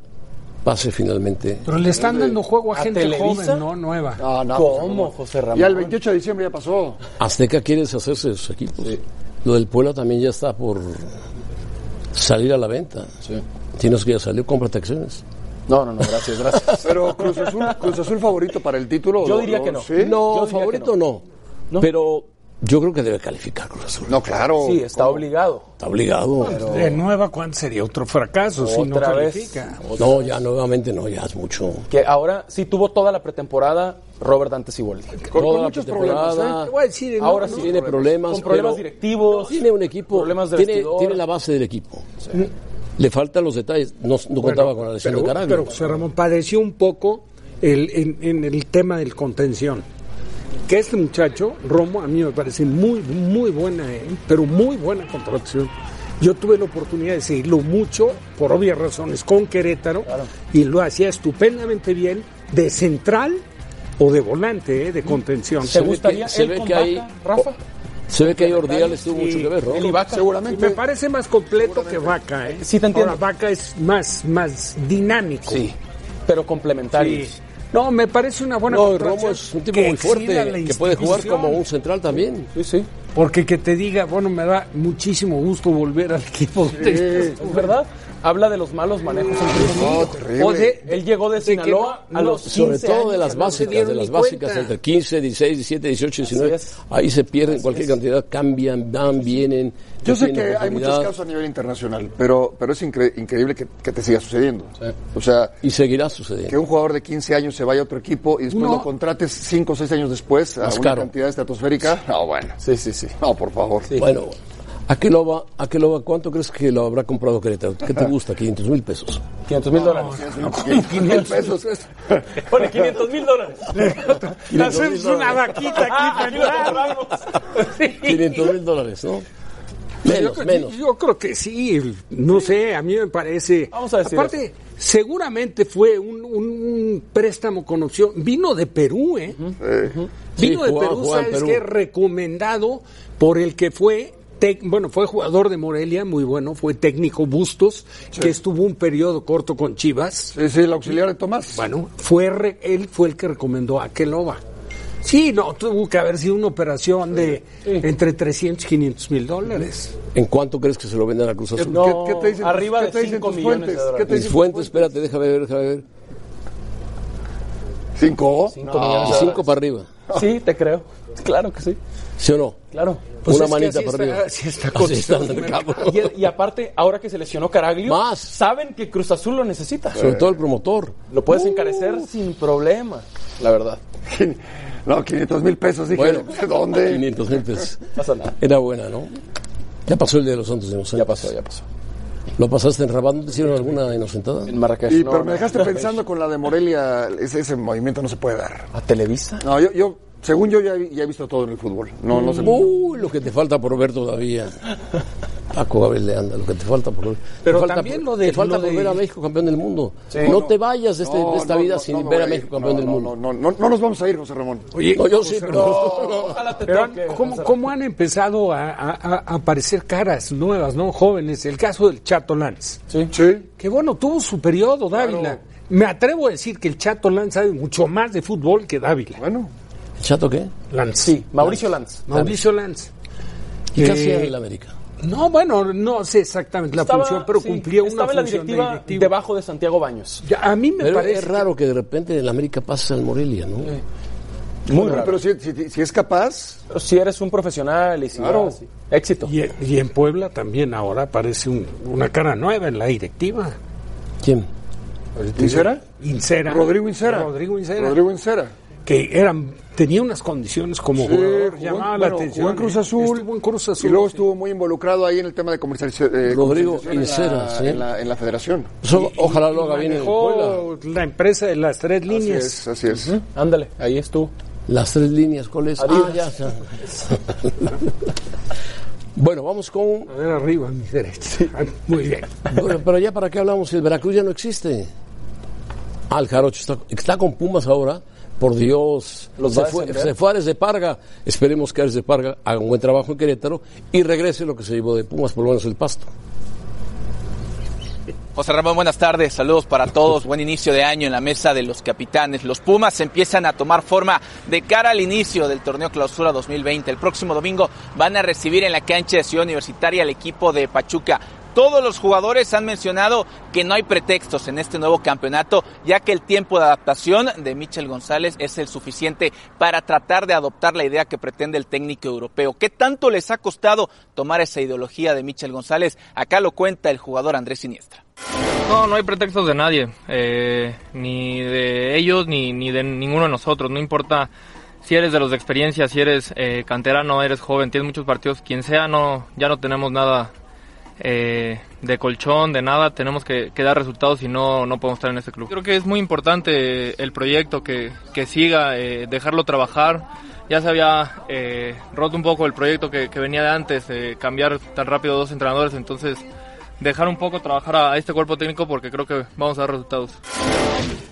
Speaker 5: pase finalmente.
Speaker 6: Pero le están dando juego a,
Speaker 7: ¿A
Speaker 6: gente
Speaker 7: Televisa?
Speaker 6: joven, no nueva.
Speaker 8: Ah, no, pues,
Speaker 7: ¿Cómo, José Ramón?
Speaker 8: Ya el 28 de diciembre ya pasó.
Speaker 5: Azteca quiere deshacerse de sus equipos. Lo del Puebla también ya está por salir a la venta. Tienes que ya salió, cómprate acciones.
Speaker 7: No, no, no, gracias, gracias.
Speaker 8: Pero Cruz Azul, Cruz Azul favorito para el título.
Speaker 7: Yo
Speaker 8: ¿o
Speaker 7: diría que no.
Speaker 8: ¿Sí?
Speaker 5: No,
Speaker 7: Yo diría
Speaker 5: favorito
Speaker 7: que
Speaker 5: no.
Speaker 7: ¿No?
Speaker 5: Pero yo creo que debe calificar Cruz Azul.
Speaker 8: No, claro.
Speaker 7: Sí, está obligado.
Speaker 5: Está obligado.
Speaker 6: De nueva, ¿cuánto sería otro fracaso si no
Speaker 7: Otra vez.
Speaker 6: califica?
Speaker 5: No, ya nuevamente no, ya es mucho.
Speaker 7: Que ahora sí tuvo toda la pretemporada Robert Dante Siboldi.
Speaker 8: Con, con
Speaker 5: Toda la
Speaker 8: muchos
Speaker 5: pretemporada.
Speaker 8: problemas. ¿eh?
Speaker 6: Te voy a decir, no,
Speaker 7: Ahora
Speaker 6: no,
Speaker 7: sí
Speaker 5: Tiene problemas.
Speaker 7: Con problemas
Speaker 5: pero
Speaker 7: directivos,
Speaker 5: Tiene un equipo.
Speaker 7: problemas de
Speaker 5: tiene,
Speaker 7: vestidor.
Speaker 5: tiene la base del equipo. Le faltan los detalles. No, no contaba con la lesión
Speaker 6: pero,
Speaker 5: de Carabio.
Speaker 6: pero José Ramón padeció un poco el- en, en el tema del contención. Que este muchacho, Romo, a mí me parece muy, muy buena, eh, pero muy buena contratación. Yo tuve la oportunidad de seguirlo mucho, por obvias razones, con Querétaro, y lo hacía estupendamente bien de central o de volante, eh, de contención.
Speaker 5: Se ve que- se ve que hay-
Speaker 7: Rafa?
Speaker 5: Se ve que ahí Ordiales tuvo mucho que ver, ¿no?
Speaker 7: El Ibaka.
Speaker 6: Y me parece más completo que Vaca. ¿eh?
Speaker 7: Sí, te entiendo.
Speaker 6: Ahora, Vaca es más, más dinámico.
Speaker 7: Sí, pero complementarios.
Speaker 6: Sí. No, me parece una buena
Speaker 5: No,
Speaker 6: contratación
Speaker 5: Romo es un tipo
Speaker 6: que
Speaker 5: muy
Speaker 6: exhiba la
Speaker 5: fuerte, que puede jugar
Speaker 6: institución.
Speaker 5: como un central también.
Speaker 7: Sí, sí.
Speaker 6: Porque que te diga, bueno, me da muchísimo gusto volver al equipo. de-
Speaker 7: Es verdad. Habla de los malos manejos en Cruz Azul.
Speaker 8: No, terrible.
Speaker 7: Oye, él llegó de
Speaker 6: que
Speaker 7: Sinaloa
Speaker 6: no-
Speaker 7: a
Speaker 6: no,
Speaker 7: los 15
Speaker 5: Sobre todo
Speaker 7: años,
Speaker 5: de las
Speaker 7: que no se
Speaker 5: básicas,
Speaker 7: dieron
Speaker 5: de
Speaker 7: ni
Speaker 5: las básicas,
Speaker 7: cuenta.
Speaker 5: entre 15, 16, 17, 18, 19.
Speaker 7: es.
Speaker 5: Ahí se pierden cualquier cantidad, cambian, van, vienen.
Speaker 8: Yo
Speaker 5: no
Speaker 8: sé
Speaker 5: tienen
Speaker 8: que hay muchos
Speaker 5: oportunidad,
Speaker 8: casos a nivel internacional, pero, pero es incre- increíble que, que te siga sucediendo. O sea,
Speaker 5: Y seguirá
Speaker 8: que
Speaker 5: sucediendo.
Speaker 8: un jugador de 15 años se vaya a otro equipo y después
Speaker 6: No.
Speaker 8: lo contrates 5 o 6 años después a
Speaker 5: Más
Speaker 8: una
Speaker 5: caro.
Speaker 8: cantidad estratosférica. No, bueno.
Speaker 7: Sí, sí, sí.
Speaker 8: No, por favor.
Speaker 5: Bueno, ¿a qué lo va? ¿A qué lo va? ¿Cuánto crees que lo habrá comprado Querétaro? ¿Qué
Speaker 7: [laughs]
Speaker 5: te gusta? 500 mil pesos.
Speaker 7: 500 mil dólares.
Speaker 8: Es un poquito, 500 pesos.
Speaker 7: [laughs]
Speaker 8: es-
Speaker 7: Pone 500 mil dólares.
Speaker 6: Hacemos una vaquita aquí.
Speaker 7: Aquí lo compramos.
Speaker 5: 500 mil dólares, ¿no?
Speaker 6: Yo
Speaker 5: Menos,
Speaker 6: creo-
Speaker 5: menos.
Speaker 6: Yo creo que sí, no sé, a mí me parece.
Speaker 7: Vamos a decir
Speaker 6: Aparte, seguramente fue un, un- un préstamo con opción. Vino de Perú, ¿eh?
Speaker 5: Sí,
Speaker 6: Vino de
Speaker 5: jugaba-
Speaker 6: Perú,
Speaker 5: jugaba en
Speaker 6: ¿sabes
Speaker 5: Perú.
Speaker 6: qué? Recomendado por el que fue. tec- Bueno, fue jugador de Morelia, muy bueno, fue técnico Bustos, que estuvo un periodo corto con Chivas.
Speaker 8: Sí, sí, el auxiliar de Tomás.
Speaker 6: Bueno, fue re- él fue el que recomendó a Keloba. Sí, no, tuvo que haber sido una operación de entre 300 y 500 mil dólares.
Speaker 5: ¿En cuánto crees que se lo venden a Cruz Azul?
Speaker 7: No,
Speaker 8: ¿Qué, qué te dicen,
Speaker 7: arriba
Speaker 8: qué
Speaker 7: de
Speaker 8: te dicen
Speaker 7: 5
Speaker 8: tus
Speaker 7: millones de
Speaker 8: fuentes?
Speaker 7: dólares.
Speaker 8: ¿Qué te
Speaker 5: Mis
Speaker 8: dicen
Speaker 5: fuentes, espérate, déjame ver, déjame ver.
Speaker 8: ¿Cinco?
Speaker 7: Cinco millones
Speaker 5: De
Speaker 7: de
Speaker 5: cinco para arriba,
Speaker 7: Sí, te creo. Claro que sí.
Speaker 5: ¿sí o no?
Speaker 7: Claro.
Speaker 6: Pues
Speaker 5: Una
Speaker 6: es que
Speaker 5: manita
Speaker 6: así
Speaker 5: para
Speaker 6: está-
Speaker 5: arriba.
Speaker 6: así está
Speaker 5: Así está
Speaker 6: concebido
Speaker 5: el
Speaker 6: el
Speaker 5: mercado.
Speaker 7: Y, y aparte, ahora que se lesionó Caraglio,
Speaker 5: Más.
Speaker 7: saben que Cruz Azul lo necesita. Uh.
Speaker 5: Sobre todo el promotor.
Speaker 7: Lo puedes encarecer sin problema, la verdad.
Speaker 8: No, 500 mil pesos. Dije,
Speaker 5: Bueno,
Speaker 8: ¿de [laughs] dónde?
Speaker 5: 500 mil pesos.
Speaker 7: Pasa nada.
Speaker 5: Era buena, ¿no? Ya pasó el Día de los Santos Inocentes.
Speaker 7: Ya pasó, ya pasó.
Speaker 5: ¿Lo pasaste en Rabat? ¿No te hicieron alguna inocentada? En Marrakech.
Speaker 8: Y, pero me dejaste pensando con la de Morelia, ese, ese movimiento no se puede dar.
Speaker 7: ¿A Televisa?
Speaker 8: No, yo, yo según yo ya, he- ya he visto todo en el fútbol. No, no se
Speaker 5: Uy, Uh, lo que te falta por ver todavía. Paco Gabriel de Anda, lo que te falta por ver.
Speaker 7: Pero
Speaker 5: Te falta
Speaker 7: también
Speaker 5: por-
Speaker 7: lo de-
Speaker 5: Te falta
Speaker 7: lo
Speaker 5: por
Speaker 7: de-
Speaker 5: ver a México campeón del mundo.
Speaker 7: Sí.
Speaker 5: No te vayas de, este-
Speaker 8: No,
Speaker 5: de esta
Speaker 8: no,
Speaker 5: vida
Speaker 8: no,
Speaker 5: sin
Speaker 8: no me
Speaker 5: ver a
Speaker 8: voy a
Speaker 5: México
Speaker 8: ir.
Speaker 5: campeón
Speaker 8: No,
Speaker 5: del
Speaker 8: no,
Speaker 5: mundo.
Speaker 8: No, no, no nos vamos a ir, José Ramón.
Speaker 6: Oye,
Speaker 5: No, yo sí,
Speaker 6: José
Speaker 5: pero-
Speaker 6: Ramón. Pero, ¿cómo, cómo han empezado a, a- a aparecer caras nuevas, no jóvenes? El caso del Chato Lanz.
Speaker 7: Sí.
Speaker 6: Que bueno, tuvo su periodo Dávila. Me atrevo a decir que el Chato Lanz sabe mucho más de fútbol que Dávila.
Speaker 8: Bueno.
Speaker 5: ¿El Chato qué?
Speaker 6: Lanz.
Speaker 7: Sí, Mauricio Lanz.
Speaker 6: Mauricio Lanz.
Speaker 5: ¿Y
Speaker 6: Eh,
Speaker 5: qué hacía en el América?
Speaker 6: No, bueno, no sé exactamente la
Speaker 7: Estaba-
Speaker 6: función, pero
Speaker 7: sí,
Speaker 6: cumplía una
Speaker 7: estaba en
Speaker 6: función
Speaker 7: la
Speaker 6: de
Speaker 7: directiva
Speaker 6: directivo.
Speaker 7: debajo de Santiago Baños.
Speaker 6: Ya, a mí me
Speaker 5: Pero
Speaker 6: parece
Speaker 5: es raro que de repente en el América pase al Morelia, ¿no?
Speaker 7: Muy
Speaker 8: Pero-
Speaker 7: raro.
Speaker 8: Pero si, si- si es capaz,
Speaker 7: si eres un profesional y si
Speaker 8: Claro.
Speaker 7: ah, sí. éxito.
Speaker 6: Y, en- y en Puebla también ahora aparece un- una cara nueva en la directiva.
Speaker 5: ¿Quién?
Speaker 8: ¿Incera?
Speaker 6: Incera.
Speaker 8: Rodrigo Incera.
Speaker 6: Rodrigo Incera.
Speaker 8: Rodrigo Incera.
Speaker 6: Que eran, tenía unas condiciones como
Speaker 8: Sí,
Speaker 6: jugador,
Speaker 8: jugó en-
Speaker 6: llamaba la
Speaker 8: bueno,
Speaker 6: atención.
Speaker 8: jugó en Cruz Azul.
Speaker 6: Estuvo en Cruz Azul.
Speaker 8: Y luego estuvo muy involucrado ahí en el tema de comercialización. eh,
Speaker 5: Rodrigo
Speaker 8: comercialización en la-
Speaker 5: Incera, sí.
Speaker 8: en, la, en la federación.
Speaker 5: So- ojalá lo haga bien en el Puebla.
Speaker 6: Manejó la empresa de las tres
Speaker 8: Así
Speaker 6: líneas.
Speaker 8: es, así es.
Speaker 7: Ándale, ahí estuvo.
Speaker 5: Las tres líneas, ¿cuál es? Ah, ya, ya. bueno, vamos con...
Speaker 6: A ver, arriba, a mi derecha. Ah, Muy bien.
Speaker 5: Bueno, pero ya para qué hablamos si el Veracruz ya no existe. Ah, el Este, Jarocho está, está con Pumas ahora. Por Dios,
Speaker 7: Los
Speaker 5: se,
Speaker 7: va a
Speaker 5: fue,
Speaker 7: descender.
Speaker 5: se fue Ares de Parga. Esperemos que Ares de Parga haga un buen trabajo en Querétaro y regrese lo que se llevó de Pumas, por lo menos el pasto.
Speaker 12: José Ramón, buenas tardes, saludos para todos, buen inicio de año en la mesa de los capitanes. Los Pumas empiezan a tomar forma de cara al inicio del torneo Clausura 2020. El próximo domingo van a recibir en la cancha de Ciudad Universitaria al equipo de Pachuca. Todos los jugadores han mencionado que no hay pretextos en este nuevo campeonato, ya que el tiempo de adaptación de Michel González es el suficiente para tratar de adoptar la idea que pretende el técnico europeo. ¿Qué tanto les ha costado tomar esa ideología de Michel González? Acá lo cuenta el jugador Andrés Siniestra.
Speaker 13: No, no hay pretextos de nadie, eh, ni de ellos ni, ni de ninguno de nosotros. No importa si eres de los de experiencia, si eres eh, canterano, eres joven, tienes muchos partidos, quien sea, no, ya no tenemos nada eh, de colchón, de nada. Tenemos que, que dar resultados y no, no podemos estar en este club. Creo que es muy importante eh, el proyecto que, que siga, eh, dejarlo trabajar. Ya se había eh, roto un poco el proyecto que, que venía de antes, eh, cambiar tan rápido dos entrenadores, entonces dejar un poco trabajar a, a este cuerpo técnico porque creo que vamos a dar resultados.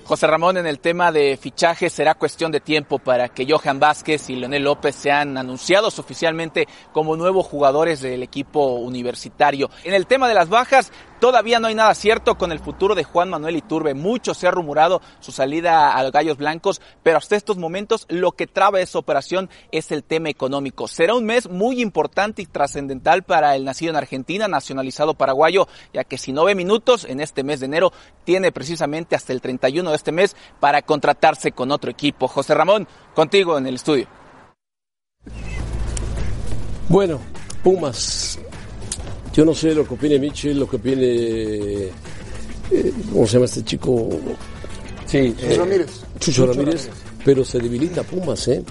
Speaker 12: José Ramón, en el tema de fichajes será cuestión de tiempo para que Johan Vázquez y Leonel López sean anunciados oficialmente como nuevos jugadores del equipo universitario. En el tema de las bajas, todavía no hay nada cierto con el futuro de Juan Manuel Iturbe. Mucho se ha rumorado su salida a los Gallos Blancos, pero hasta estos momentos lo que traba esa operación es el tema económico. Será un mes muy importante y trascendental para el nacido en Argentina, nacionalizado paraguayo, ya que si no ve minutos en este mes de enero, tiene precisamente hasta el 31 de este mes para contratarse con otro equipo. José Ramón, contigo en el estudio.
Speaker 5: Bueno, Pumas. Yo no sé lo que opine Michel, lo que opine. eh, ¿Cómo se llama este chico? Eh,
Speaker 7: Sí,
Speaker 8: José Ramírez.
Speaker 5: Chucho Ramírez. Pero se debilita Pumas, ¿eh?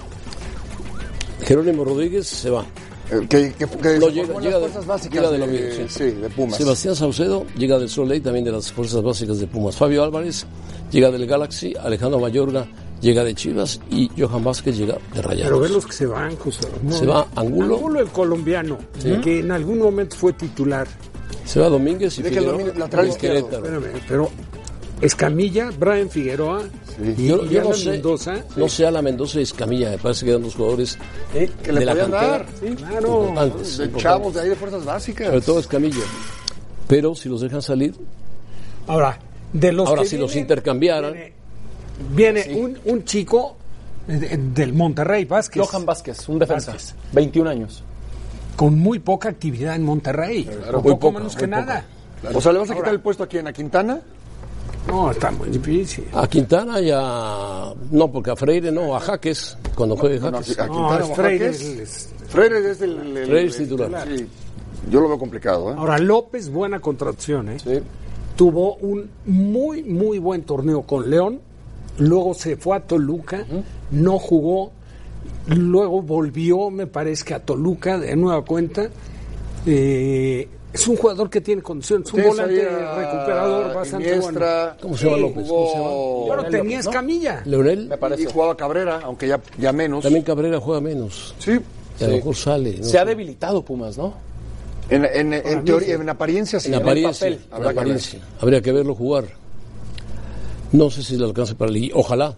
Speaker 5: Jerónimo Rodríguez se va.
Speaker 8: Eh, que, que, que
Speaker 5: No,
Speaker 8: se formó
Speaker 5: llega-
Speaker 8: en
Speaker 5: llega
Speaker 8: las
Speaker 5: de-
Speaker 8: fuerzas básicas
Speaker 5: llega de
Speaker 8: de,
Speaker 5: lo mismo, sí.
Speaker 8: sí, de Pumas.
Speaker 5: Sebastián Saucedo llega del Sol Lake, también de las fuerzas básicas de Pumas. Fabio Álvarez llega del Galaxy. Alejandro Mayorga llega de Chivas. Y Johan Vázquez llega de
Speaker 6: Pero ve
Speaker 5: Rayados.
Speaker 6: los que se van, José Ramón.
Speaker 5: Se va Angulo.
Speaker 6: Angulo, el colombiano, que en algún momento fue titular.
Speaker 5: Se va Domínguez y
Speaker 8: Deja el
Speaker 5: Figueroa
Speaker 8: Domínguez, lateral
Speaker 5: del
Speaker 8: izquierdo.
Speaker 5: Querétaro.
Speaker 6: Espérame, pero Escamilla, Brian Figueroa y,
Speaker 5: Yo,
Speaker 6: y
Speaker 5: yo no
Speaker 6: Alan
Speaker 5: sé,
Speaker 6: Mendoza.
Speaker 5: no sé a la Mendoza y Escamilla, me parece que eran dos jugadores
Speaker 8: que le
Speaker 5: de la
Speaker 8: podían
Speaker 5: cantera.
Speaker 8: dar.
Speaker 6: Claro.
Speaker 5: importantes,
Speaker 8: De
Speaker 5: importantes.
Speaker 8: chavos de ahí de fuerzas básicas.
Speaker 5: Sobre todo Escamilla. Pero si los dejan salir,
Speaker 6: Ahora, de los
Speaker 5: ahora
Speaker 6: que
Speaker 5: si los
Speaker 6: vienen,
Speaker 5: intercambiaran,
Speaker 6: viene, viene un, un chico eh, de- del Monterrey, Vázquez,
Speaker 7: Johan Vázquez, un defensa.
Speaker 6: Vázquez.
Speaker 7: 21 años.
Speaker 6: con muy poca actividad en Monterrey.
Speaker 5: Muy
Speaker 6: muy poco
Speaker 5: poca,
Speaker 6: menos
Speaker 5: muy
Speaker 6: que
Speaker 5: poca.
Speaker 6: nada.
Speaker 8: O sea, ¿le vas a quitar el puesto aquí en ¿A Quintana?
Speaker 6: No, está muy difícil.
Speaker 5: a Quintana y a. No, porque a Freire no, a Jaques, cuando juegue
Speaker 8: No, a
Speaker 5: Jaques.
Speaker 8: Quintana
Speaker 6: es
Speaker 8: o a
Speaker 6: Freire,
Speaker 8: Jaques.
Speaker 6: él es-
Speaker 8: Freire es el, el- el-
Speaker 5: Freire es
Speaker 8: el-
Speaker 5: titular.
Speaker 8: Sí. Yo lo veo complicado, ¿eh?
Speaker 6: Ahora, López, buena contracción, ¿eh? Tuvo un muy, muy buen torneo con León. Luego se fue a Toluca, no jugó. Luego volvió, me parece que a Toluca de nueva cuenta. Eh, Es un jugador que tiene condiciones, es un
Speaker 8: Ustedes
Speaker 6: volante
Speaker 8: había
Speaker 6: recuperador bastante
Speaker 8: Iniestra,
Speaker 6: bueno.
Speaker 8: ¿Cómo se llama
Speaker 6: Sí,
Speaker 8: López?
Speaker 6: jugó-
Speaker 8: ¿Cómo se llama?
Speaker 6: Bueno, tenía Escamilla.
Speaker 5: Leonel.
Speaker 8: Me parece. Y jugaba Cabrera, aunque ya, ya menos.
Speaker 5: También Cabrera juega menos.
Speaker 8: Sí.
Speaker 5: Y a lo mejor sale. ¿no?
Speaker 8: Se ha
Speaker 7: debilitado Pumas, ¿no?
Speaker 8: En, en, en
Speaker 5: Para mí
Speaker 8: teoría,
Speaker 5: sí.
Speaker 8: en apariencia sí.
Speaker 5: En
Speaker 8: ¿no?
Speaker 5: apariencia,
Speaker 8: papel.
Speaker 5: en
Speaker 8: Habrá que ver.
Speaker 5: apariencia. Habría que verlo jugar. No sé si le alcanza para Liguilla. Ojalá.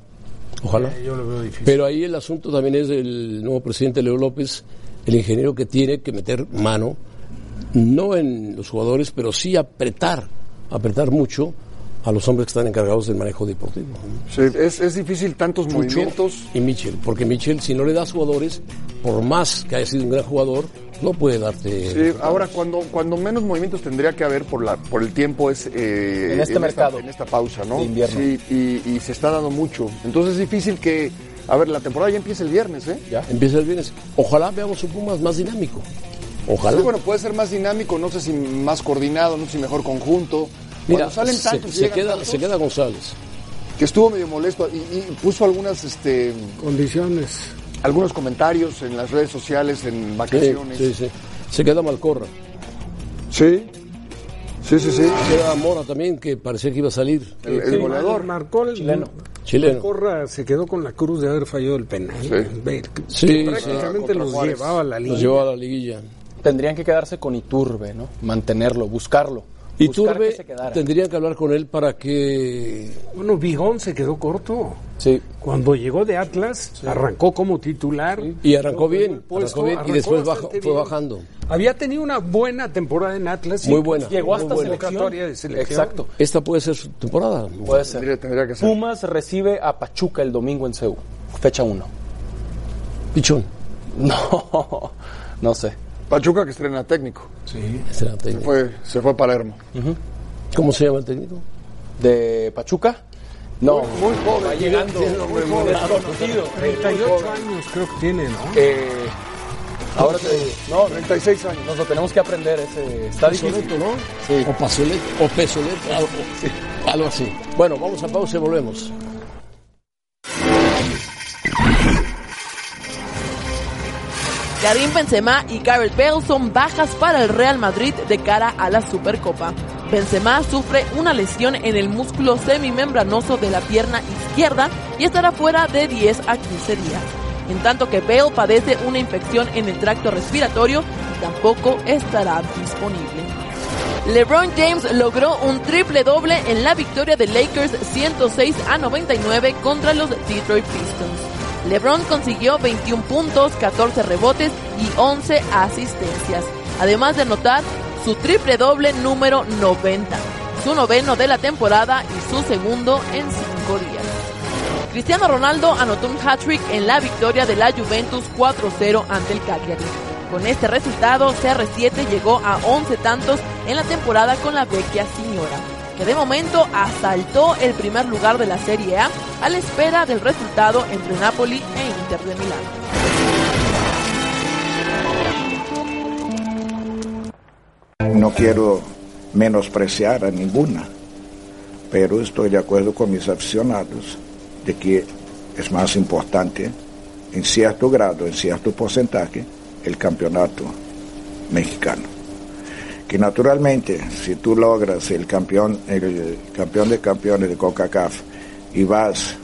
Speaker 5: Ojalá.
Speaker 14: yo lo veo difícil.
Speaker 5: Pero ahí el asunto también es el nuevo presidente Leo López, el ingeniero que tiene que meter mano, no en los jugadores, pero sí apretar, apretar mucho a los hombres que están encargados del manejo deportivo.
Speaker 8: Sí, es, es difícil tantos
Speaker 5: Chucho
Speaker 8: movimientos.
Speaker 5: y Michel, porque Michel si no le das jugadores, por más que haya sido un gran jugador, no puede darte...
Speaker 8: Sí,
Speaker 5: resultados.
Speaker 8: ahora cuando, cuando menos movimientos tendría que haber por la por el tiempo es eh,
Speaker 5: En este
Speaker 8: esta-
Speaker 5: mercado.
Speaker 8: en esta pausa, ¿no?
Speaker 5: De invierno.
Speaker 8: Sí, y, y se está dando mucho. Entonces es difícil que a ver, la temporada ya empieza el viernes, ¿eh?
Speaker 5: Ya. Empieza el viernes. Ojalá veamos un Pumas más dinámico. Ojalá.
Speaker 8: Sí, bueno, puede ser más dinámico, no sé si más coordinado, no sé si mejor conjunto.
Speaker 5: Mira,
Speaker 8: Cuando salen
Speaker 5: se-
Speaker 8: tantos,
Speaker 5: se
Speaker 8: llegan
Speaker 5: queda-
Speaker 8: tantos,
Speaker 5: se queda González.
Speaker 8: que estuvo medio molesto y, y puso algunas este
Speaker 6: condiciones,
Speaker 8: algunos comentarios en las redes sociales en
Speaker 5: Sí,
Speaker 8: vacaciones.
Speaker 5: sí, sí. Se queda Malcorra.
Speaker 8: Sí. Sí, sí, sí.
Speaker 5: Queda Mora también, que parecía que iba a salir.
Speaker 6: Sí, Marcó el
Speaker 5: Chileno. Chileno.
Speaker 6: Corra se quedó con la cruz de haber fallado el penal. Ver-
Speaker 5: Sí,
Speaker 6: Pues, que
Speaker 5: sí.
Speaker 6: prácticamente los llevaba a la línea.
Speaker 5: la liguilla.
Speaker 7: Tendrían que quedarse con Iturbe, ¿no? Mantenerlo, buscarlo.
Speaker 5: Y
Speaker 7: buscar
Speaker 5: Turbe
Speaker 7: que se quedara.
Speaker 5: tendrían que hablar con él para que.
Speaker 6: Bueno, Bijón se quedó corto.
Speaker 7: Sí.
Speaker 6: Cuando llegó de Atlas, arrancó como titular.
Speaker 5: Y arrancó bien,
Speaker 6: puesto,
Speaker 5: arrancó bien
Speaker 6: arrancó
Speaker 5: y después baja-
Speaker 6: bastante
Speaker 5: fue
Speaker 6: bien.
Speaker 5: bajando.
Speaker 6: Había tenido una buena temporada en Atlas.
Speaker 5: Muy
Speaker 6: incluso
Speaker 5: buena.
Speaker 6: Llegó
Speaker 5: muy
Speaker 6: hasta
Speaker 5: buena.
Speaker 6: convocatoria de selección.
Speaker 5: Esta puede ser su temporada.
Speaker 7: Puede ser.
Speaker 8: Tendría que
Speaker 7: ser. Pumas recibe a Pachuca el domingo en CEU, fecha 1.
Speaker 5: Pichón.
Speaker 7: [laughs] No, no sé.
Speaker 8: Pachuca que estrena técnico.
Speaker 5: Sí. Será
Speaker 8: Se
Speaker 5: técnico.
Speaker 8: fue, se fue a Palermo.
Speaker 5: ¿Cómo se llama el técnico?
Speaker 7: ¿De Pachuca? No.
Speaker 8: Muy joven.
Speaker 7: Va llegando.
Speaker 8: Muy
Speaker 7: muy
Speaker 8: joven.
Speaker 7: desconocido.
Speaker 6: 38 años creo que tiene, ¿no?
Speaker 7: Eh, ahora te No,
Speaker 8: 36 años.
Speaker 7: Nos lo tenemos que aprender. Ese, está difícil.
Speaker 5: Pesoleto, ¿no? O Pasoleto, o Pesoleto, algo, algo así. Bueno, vamos a pausa y volvemos.
Speaker 15: Karim Benzema y Gareth Bale son bajas para el Real Madrid de cara a la Supercopa. Benzema sufre una lesión en el músculo semimembranoso de la pierna izquierda y estará fuera de 10 a 15 días. En tanto que Bale padece una infección en el tracto respiratorio y tampoco estará disponible. LeBron James logró un triple doble en la victoria de Lakers 106 a 99 contra los Detroit Pistons. LeBron consiguió 21 puntos, 14 rebotes y 11 asistencias, además de anotar su triple doble número 90, su noveno de la temporada y su segundo en 5 días. Cristiano Ronaldo anotó un hat-trick en la victoria de la Juventus 4-0 ante el Cagliari. Con este resultado, CR7 llegó a 11 tantos en la temporada con la vecchia signora, que de momento asaltó el primer lugar de la Serie A a la espera del resultado entre Napoli e Inter de Milán.
Speaker 16: No quiero menospreciar a ninguna, pero estoy de acuerdo con mis aficionados de que es más importante, en cierto grado, en cierto porcentaje, el campeonato mexicano. Que naturalmente, si tú logras el campeón, el campeón de campeones de CONCACAF y vas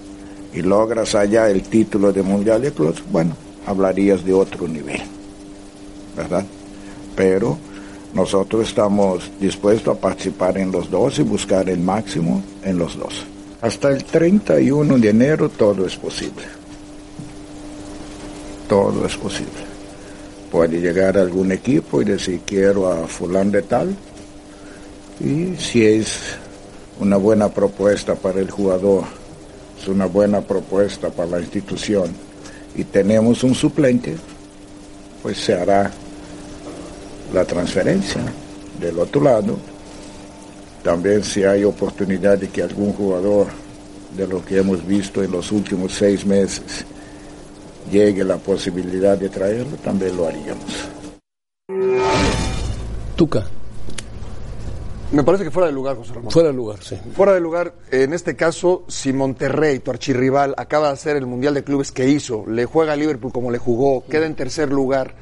Speaker 16: y logras allá el título de Mundial de Clubes, bueno, hablarías de otro nivel, ¿verdad? Pero nosotros estamos dispuestos a participar en los dos y buscar el máximo en los dos. Hasta el 31 de enero todo es posible. Todo es posible. Puede llegar algún equipo y decir quiero a fulano de tal. Y si es una buena propuesta para el jugador, es una buena propuesta para la institución y tenemos un suplente, pues se hará la transferencia. Del otro lado, también si hay oportunidad de que algún jugador de lo que hemos visto en los últimos seis meses llegue la posibilidad de traerlo, también lo haríamos.
Speaker 5: Tuca.
Speaker 8: Me parece que fuera de lugar, José Ramón.
Speaker 5: Fuera de lugar, sí.
Speaker 8: Fuera de lugar, en este caso, si Monterrey, tu archirrival, acaba de hacer el Mundial de Clubes que hizo, le juega a Liverpool como le jugó, queda en tercer lugar,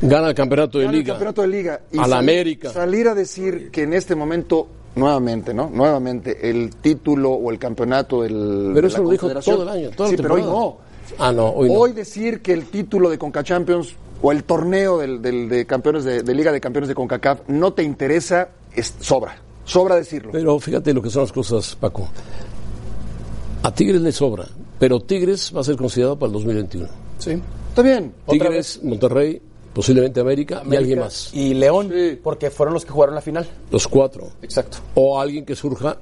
Speaker 5: Gana el campeonato de
Speaker 8: Gana el
Speaker 5: liga.
Speaker 8: campeonato de liga.
Speaker 5: A la
Speaker 8: sal-
Speaker 5: América.
Speaker 8: Salir a decir que en este momento, nuevamente, ¿no? Nuevamente, el título o el campeonato del.
Speaker 5: Pero
Speaker 8: de
Speaker 5: eso
Speaker 8: la
Speaker 5: lo dijo
Speaker 8: Confederación.
Speaker 5: todo el año, toda
Speaker 8: sí,
Speaker 5: la
Speaker 8: pero hoy no.
Speaker 5: temporada. Ah, no, hoy no.
Speaker 8: decir que el título de Conca Champions o el torneo del, del- de campeones de, de Liga de Campeones de CONCACAF no te interesa, es- sobra. Sobra decirlo.
Speaker 5: Pero fíjate lo que son las cosas, Paco. A Tigres le sobra, pero Tigres va a ser considerado para el 2021.
Speaker 8: Sí. Está bien.
Speaker 5: Tigres, Monterrey, posiblemente América, y
Speaker 7: América
Speaker 5: alguien más.
Speaker 7: Y León, porque fueron los que jugaron la final.
Speaker 5: Los cuatro.
Speaker 7: Exacto.
Speaker 5: O alguien que surja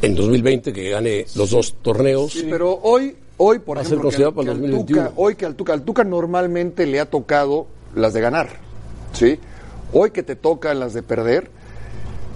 Speaker 5: en 2020 que gane los dos torneos.
Speaker 8: Sí, pero hoy, hoy por
Speaker 5: Va a ser
Speaker 8: ejemplo,
Speaker 5: considerado para el
Speaker 8: al
Speaker 5: 2021.
Speaker 8: Tuca- hoy que al Tuca, al Tuca normalmente le ha tocado las de ganar, ¿sí? Hoy que te tocan las de perder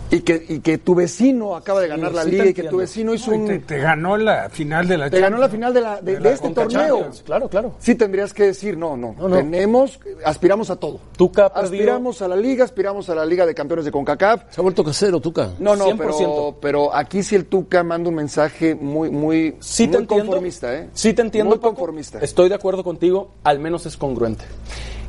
Speaker 8: y que, y que tu vecino acaba de ganar la
Speaker 6: sí te
Speaker 8: liga y que
Speaker 6: entiendo.
Speaker 8: tu vecino hizo
Speaker 6: No, y
Speaker 8: un...
Speaker 6: te, te ganó la final de la
Speaker 8: Te ganó la final de, la, de, de este
Speaker 6: Conca
Speaker 8: torneo.
Speaker 6: Champions,
Speaker 8: Claro, claro. Sí tendrías que decir, no, no,
Speaker 6: No, no.
Speaker 8: tenemos, aspiramos a todo.
Speaker 7: Tuca
Speaker 8: Aspiramos a la liga, aspiramos a la liga de campeones de CONCACAF.
Speaker 5: Se ha vuelto casero, Tuca.
Speaker 8: No, no,
Speaker 7: 100%.
Speaker 8: pero, pero aquí sí el Tuca manda un mensaje muy, muy,
Speaker 7: Sí te
Speaker 8: muy
Speaker 7: entiendo.
Speaker 8: conformista, ¿eh?
Speaker 7: Sí te entiendo,
Speaker 8: Muy
Speaker 7: Paco.
Speaker 8: conformista.
Speaker 7: Estoy de acuerdo contigo, al menos es congruente.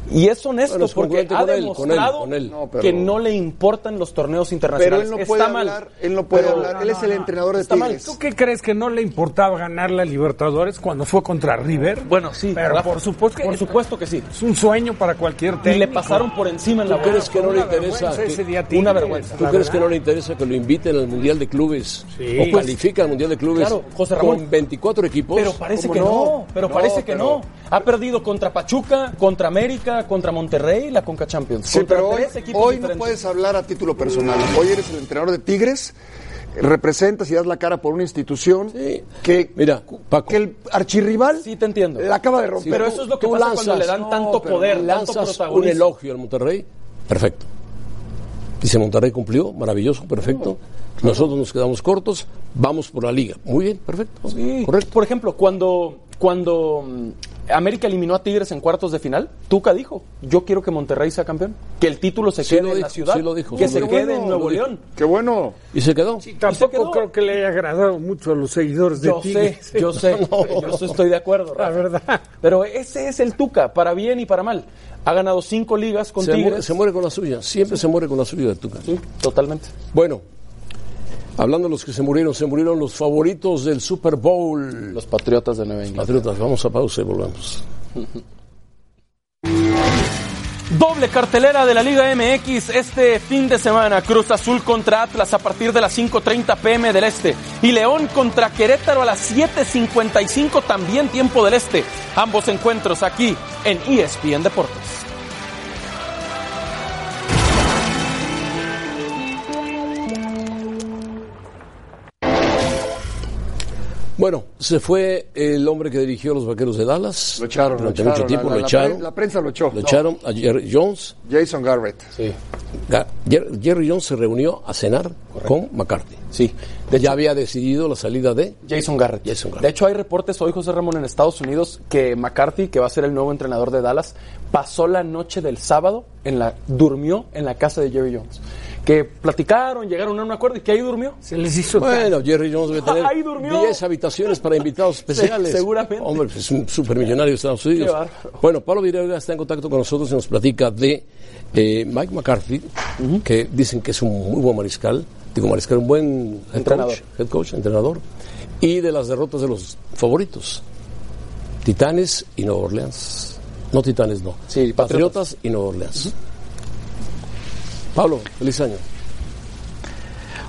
Speaker 7: Y es honesto
Speaker 8: Bueno, es
Speaker 7: porque
Speaker 8: congruente
Speaker 7: ha
Speaker 8: con él, con él,
Speaker 7: demostrado
Speaker 8: con él. No, pero-
Speaker 7: que no le importan los torneos
Speaker 8: Pero
Speaker 7: internacionales.
Speaker 8: él no
Speaker 7: Está
Speaker 8: puede
Speaker 7: mal.
Speaker 8: hablar, él no puede
Speaker 7: Pero-
Speaker 8: hablar, él es el entrenador de
Speaker 6: Está mal.
Speaker 8: Tigres.
Speaker 6: ¿Tú qué crees que no le importaba ganar la Libertadores cuando fue contra River?
Speaker 7: Bueno, sí,
Speaker 6: pero
Speaker 7: Rafa,
Speaker 6: por supuesto,
Speaker 7: por supuesto que sí.
Speaker 6: Es un sueño para cualquier técnico.
Speaker 7: Y le pasaron por encima en la
Speaker 6: ¿Tú
Speaker 7: buena.
Speaker 6: crees que no
Speaker 7: Fue
Speaker 6: le
Speaker 7: una
Speaker 6: interesa
Speaker 7: vergüenza
Speaker 6: que-
Speaker 7: ese día
Speaker 6: ¿Tú
Speaker 7: Tigres,
Speaker 6: crees que
Speaker 5: ¿Tú
Speaker 7: la
Speaker 5: crees que
Speaker 7: verdad.
Speaker 5: no le interesa que lo inviten al Mundial de Clubes?
Speaker 7: Sí. Pues,
Speaker 5: ¿O califica al Mundial de Clubes
Speaker 7: Claro, José Ramón.
Speaker 5: con 24 equipos?
Speaker 7: Pero parece
Speaker 5: ¿Cómo
Speaker 7: que no, pero parece que
Speaker 5: pero-
Speaker 7: no. Ha perdido contra Pachuca, contra América, contra Monterrey, la Conca Champions.
Speaker 8: Sí,
Speaker 7: Contra
Speaker 8: pero hoy,
Speaker 7: tres equipos
Speaker 8: hoy no
Speaker 7: diferentes.
Speaker 8: puedes hablar a título personal. Hoy eres el entrenador de Tigres, representas y das la cara por una institución que,
Speaker 5: Mira,
Speaker 8: que el archirrival
Speaker 7: sí, te entiendo.
Speaker 8: la acaba de romper.
Speaker 7: Pero eso es lo que
Speaker 5: tú
Speaker 7: pasa
Speaker 5: lanzas-
Speaker 7: cuando le dan
Speaker 5: no,
Speaker 7: tanto
Speaker 5: pero
Speaker 7: poder, tanto
Speaker 5: lanzas un
Speaker 7: protagonismo.
Speaker 5: elogio al Monterrey, perfecto. Dice Monterrey cumplió, maravilloso, perfecto. Nosotros nos quedamos cortos, vamos por la liga. Muy bien, perfecto.
Speaker 7: Correcto. Por ejemplo, cuando, cuando mm, América eliminó a Tigres en cuartos de final, Tuca dijo, yo quiero que Monterrey sea campeón, que el título se
Speaker 5: Sí
Speaker 7: quede
Speaker 5: lo
Speaker 7: en
Speaker 5: dijo,
Speaker 7: la ciudad,
Speaker 5: sí lo dijo,
Speaker 7: que
Speaker 5: sí
Speaker 7: se
Speaker 5: lo dijo.
Speaker 7: quede en
Speaker 5: Lo
Speaker 7: Nuevo
Speaker 5: dijo.
Speaker 7: León.
Speaker 8: Qué bueno.
Speaker 5: Y se quedó.
Speaker 6: Tampoco creo que le haya agradado mucho a los seguidores de
Speaker 7: Yo sé,
Speaker 6: Tigres.
Speaker 7: [laughs]
Speaker 5: [laughs]
Speaker 7: yo sé,
Speaker 6: [laughs]
Speaker 7: yo sé, estoy de acuerdo, Rafa. Pero ese es el Tuca, para bien y para mal. Ha ganado cinco ligas con
Speaker 5: se, muere,
Speaker 7: Tigres.
Speaker 5: se muere con la suya, siempre se muere con la suya de Tuca.
Speaker 7: Sí, totalmente.
Speaker 5: Bueno, hablando de los que se murieron, se murieron los favoritos del Super Bowl. Los
Speaker 7: Patriotas de Nueva
Speaker 5: Patriotas, vamos a pausa y volvemos.
Speaker 7: Doble cartelera de la Liga MX este fin de semana. Cruz Azul contra Atlas a partir de las 5.30 pm del Este. Y León contra Querétaro a las 7.55 también tiempo del Este. Ambos encuentros aquí en E ESPN Deportes.
Speaker 5: Bueno, se fue el hombre que dirigió a los Vaqueros de Dallas. Lo
Speaker 8: echaron,
Speaker 5: Durante
Speaker 8: lo echaron,
Speaker 5: mucho tiempo
Speaker 8: la-
Speaker 5: lo
Speaker 8: la-
Speaker 5: echaron.
Speaker 8: la prensa lo echó.
Speaker 5: Lo echaron a Jerry Jones.
Speaker 8: Jason Garrett.
Speaker 5: Sí. Ga- Jer- Jerry Jones se reunió a cenar con McCarthy.
Speaker 7: Sí.
Speaker 5: ya había decidido la salida de
Speaker 7: Jason Garrett.
Speaker 5: Jason Garrett.
Speaker 7: De hecho, hay reportes hoy, José Ramón, en Estados Unidos, que McCarthy, que va a ser el nuevo entrenador de Dallas, pasó la noche del sábado, en la, durmió en la casa de Jerry Jones. Que platicaron, llegaron a un acuerdo y que ahí durmió.
Speaker 6: Se les hizo
Speaker 5: Bueno, Jerry Jones debe
Speaker 7: [laughs] Ahí
Speaker 5: tener
Speaker 7: durmió.
Speaker 5: 10 habitaciones para
Speaker 7: [laughs]
Speaker 5: invitados especiales.
Speaker 7: Se- Pues seguramente.
Speaker 5: Hombre, es un supermillonario de Estados Unidos.
Speaker 7: Qué bárbaro.
Speaker 5: Bueno, Pablo Viruega está en contacto con nosotros y nos platica de eh, Mike McCarthy, que dicen que es un muy buen mariscal, digo mariscal, un buen head
Speaker 7: Entrenador.
Speaker 5: coach, head coach, entrenador, y de las derrotas de los favoritos, Titanes y Nueva Orleans. No Titanes, no.
Speaker 7: Sí,
Speaker 5: Patriotas, y Nueva Orleans. Pablo, feliz año.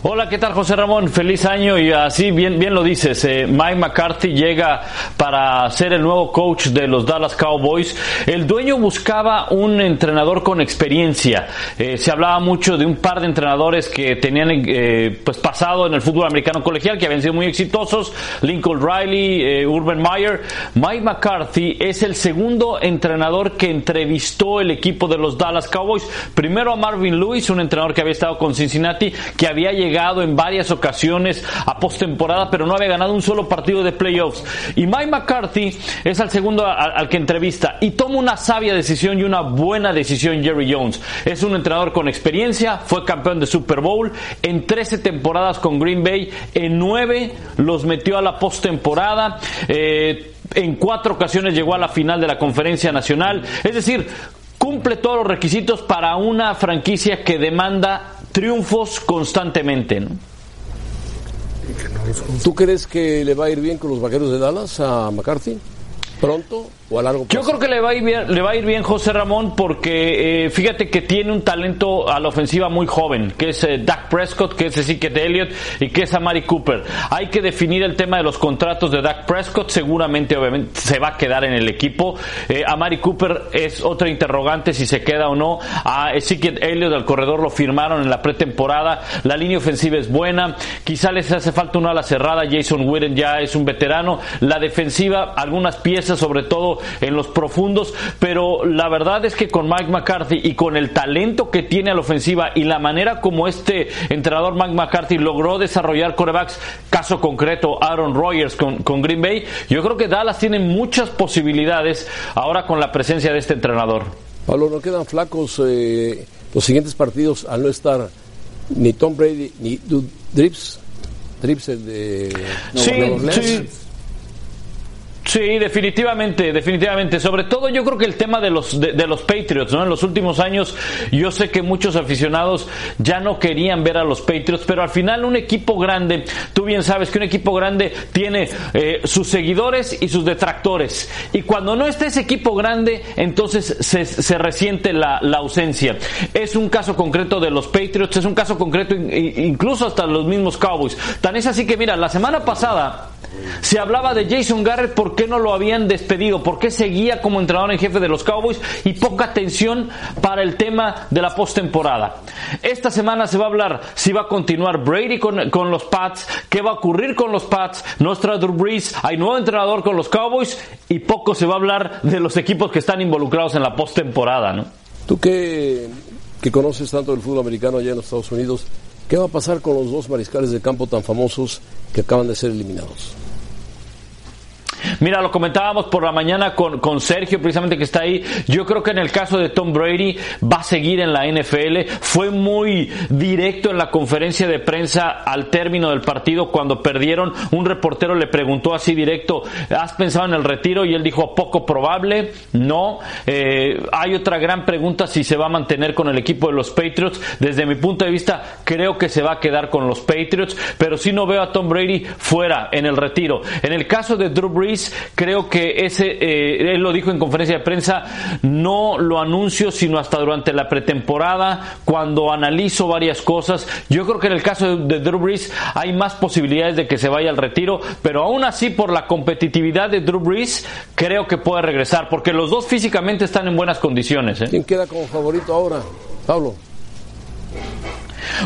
Speaker 14: Hola, ¿qué tal José Ramón? Feliz año y así bien, bien lo dices. eh, Mike McCarthy llega para ser el nuevo coach de los Dallas Cowboys. El dueño buscaba un entrenador con experiencia. Eh, se hablaba mucho de un par de entrenadores que tenían eh, pues pasado en el fútbol americano colegial, que habían sido muy exitosos. Lincoln Riley, eh, Urban Meyer. Mike McCarthy es el segundo entrenador que entrevistó el equipo de los Dallas Cowboys. Primero a Marvin Lewis, un entrenador que había estado con Cincinnati, que había llegado en varias ocasiones a postemporada, pero no había ganado un solo partido de playoffs. Y Mike McCarthy es el segundo a- al, que entrevista y toma una sabia decisión y una buena decisión Jerry Jones. Es un entrenador con experiencia, fue campeón de Super Bowl en 13 temporadas con Green Bay, en 9 los metió a la postemporada. eh, en cuatro ocasiones llegó a la final de la conferencia nacional. Es decir, cumple todos los requisitos para una franquicia que demanda triunfos constantemente. ¿no?
Speaker 5: ¿Tú crees que le va a ir bien con los vaqueros de Dallas a McCarthy? ¿Pronto o a largo plazo?
Speaker 14: Yo creo que le va a ir bien, le va a ir bien José Ramón porque eh, fíjate que tiene un talento a la ofensiva muy joven, que es eh, Dak Prescott, que es Ezekiel Elliott y que es Amari Cooper. Hay que definir el tema de los contratos de Dak Prescott, seguramente obviamente se va a quedar en el equipo. Eh, Amari Cooper es otra interrogante si se queda o no. A Ezekiel Elliott al corredor lo firmaron en la pretemporada. La línea ofensiva es buena. Quizá les hace falta una ala cerrada. Jason Witten ya es un veterano. La defensiva, algunas piezas, sobre todo en los profundos, pero la verdad es que con Mike McCarthy y con el talento que tiene a la ofensiva y la manera como este entrenador Mike McCarthy logró desarrollar corebacks, caso concreto Aaron Rodgers con, con Green Bay, yo creo que Dallas tiene muchas posibilidades ahora con la presencia de este entrenador.
Speaker 5: Pablo, ¿no quedan flacos eh, los siguientes partidos al no estar ni Tom Brady ni Du- Drips? Drips el de...
Speaker 14: Sí,
Speaker 5: Nueva Orleans.
Speaker 14: sí. Sí, definitivamente, definitivamente. Sobre todo yo creo que el tema de los de, de los Patriots, ¿no? En los últimos años yo sé que muchos aficionados ya no querían ver a los Patriots, pero al final un equipo grande, tú bien sabes que un equipo grande tiene eh, sus seguidores y sus detractores. Y cuando no está ese equipo grande, entonces se, se resiente la, la ausencia. Es un caso concreto de los Patriots, es un caso concreto in- in- incluso hasta los mismos Cowboys. Tan es así que mira, la semana pasada se hablaba de Jason Garrett, ¿por qué no lo habían despedido? ¿Por qué seguía como entrenador en jefe de los Cowboys? Y poca atención para el tema de la postemporada. Esta semana se va a hablar si va a continuar Brady con, con los Pats, qué va a ocurrir con los Pats, no está Drew Brees, hay nuevo entrenador con los Cowboys y poco se va a hablar de los equipos que están involucrados en la postemporada, ¿no?
Speaker 5: Tú que, que conoces tanto el fútbol americano allá en los Estados Unidos, ¿qué va a pasar con los dos mariscales de campo tan famosos que acaban de ser eliminados?
Speaker 14: Mira, lo comentábamos por la mañana con, con Sergio, precisamente que está ahí. Yo creo que en el caso de Tom Brady va a seguir en la NFL. Fue muy directo en la conferencia de prensa al término del partido cuando perdieron. Un reportero le preguntó así directo, ¿has pensado en el retiro? Y él dijo, poco probable, no. Eh, hay otra gran pregunta si se va a mantener con el equipo de los Patriots. Desde mi punto de vista, creo que se va a quedar con los Patriots, pero sí no veo a Tom Brady fuera en el retiro. En el caso de Drew Brees, creo que ese, eh, él lo dijo en conferencia de prensa, no lo anuncio sino hasta durante la pretemporada, cuando analizo varias cosas. Yo creo que en el caso de, de Drew Brees hay más posibilidades de que se vaya al retiro, pero aún así por la competitividad de Drew Brees, creo que puede regresar, porque los dos físicamente están en buenas condiciones. ¿eh?
Speaker 5: ¿Quién queda como favorito ahora? Pablo.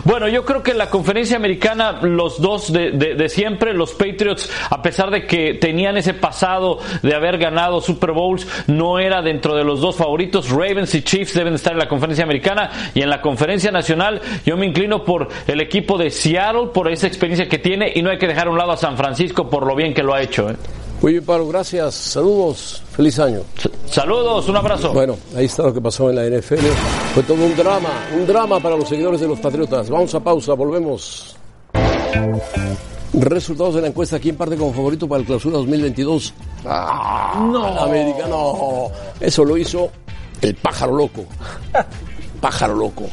Speaker 14: Bueno, yo creo que en la conferencia americana, los dos de, de- de siempre, los Patriots, a pesar de que tenían ese pasado de haber ganado Super Bowls, no era dentro de los dos favoritos. Ravens y Chiefs deben estar en la conferencia americana y en la conferencia nacional yo me inclino por el equipo de Seattle, por esa experiencia que tiene y no hay que dejar a un lado a San Francisco por lo bien que lo ha hecho. ¿eh?
Speaker 5: Muy bien, Pablo, gracias. Saludos. Feliz año.
Speaker 14: Saludos, un abrazo.
Speaker 5: Bueno, ahí está lo que pasó en la NFL. Fue todo un drama, un drama para los seguidores de los Patriotas. Vamos a pausa, volvemos. Resultados de la encuesta. ¿Quién parte como favorito para el clausura 2022? no. América, no. Ah, Eso lo hizo el pájaro loco. pájaro loco.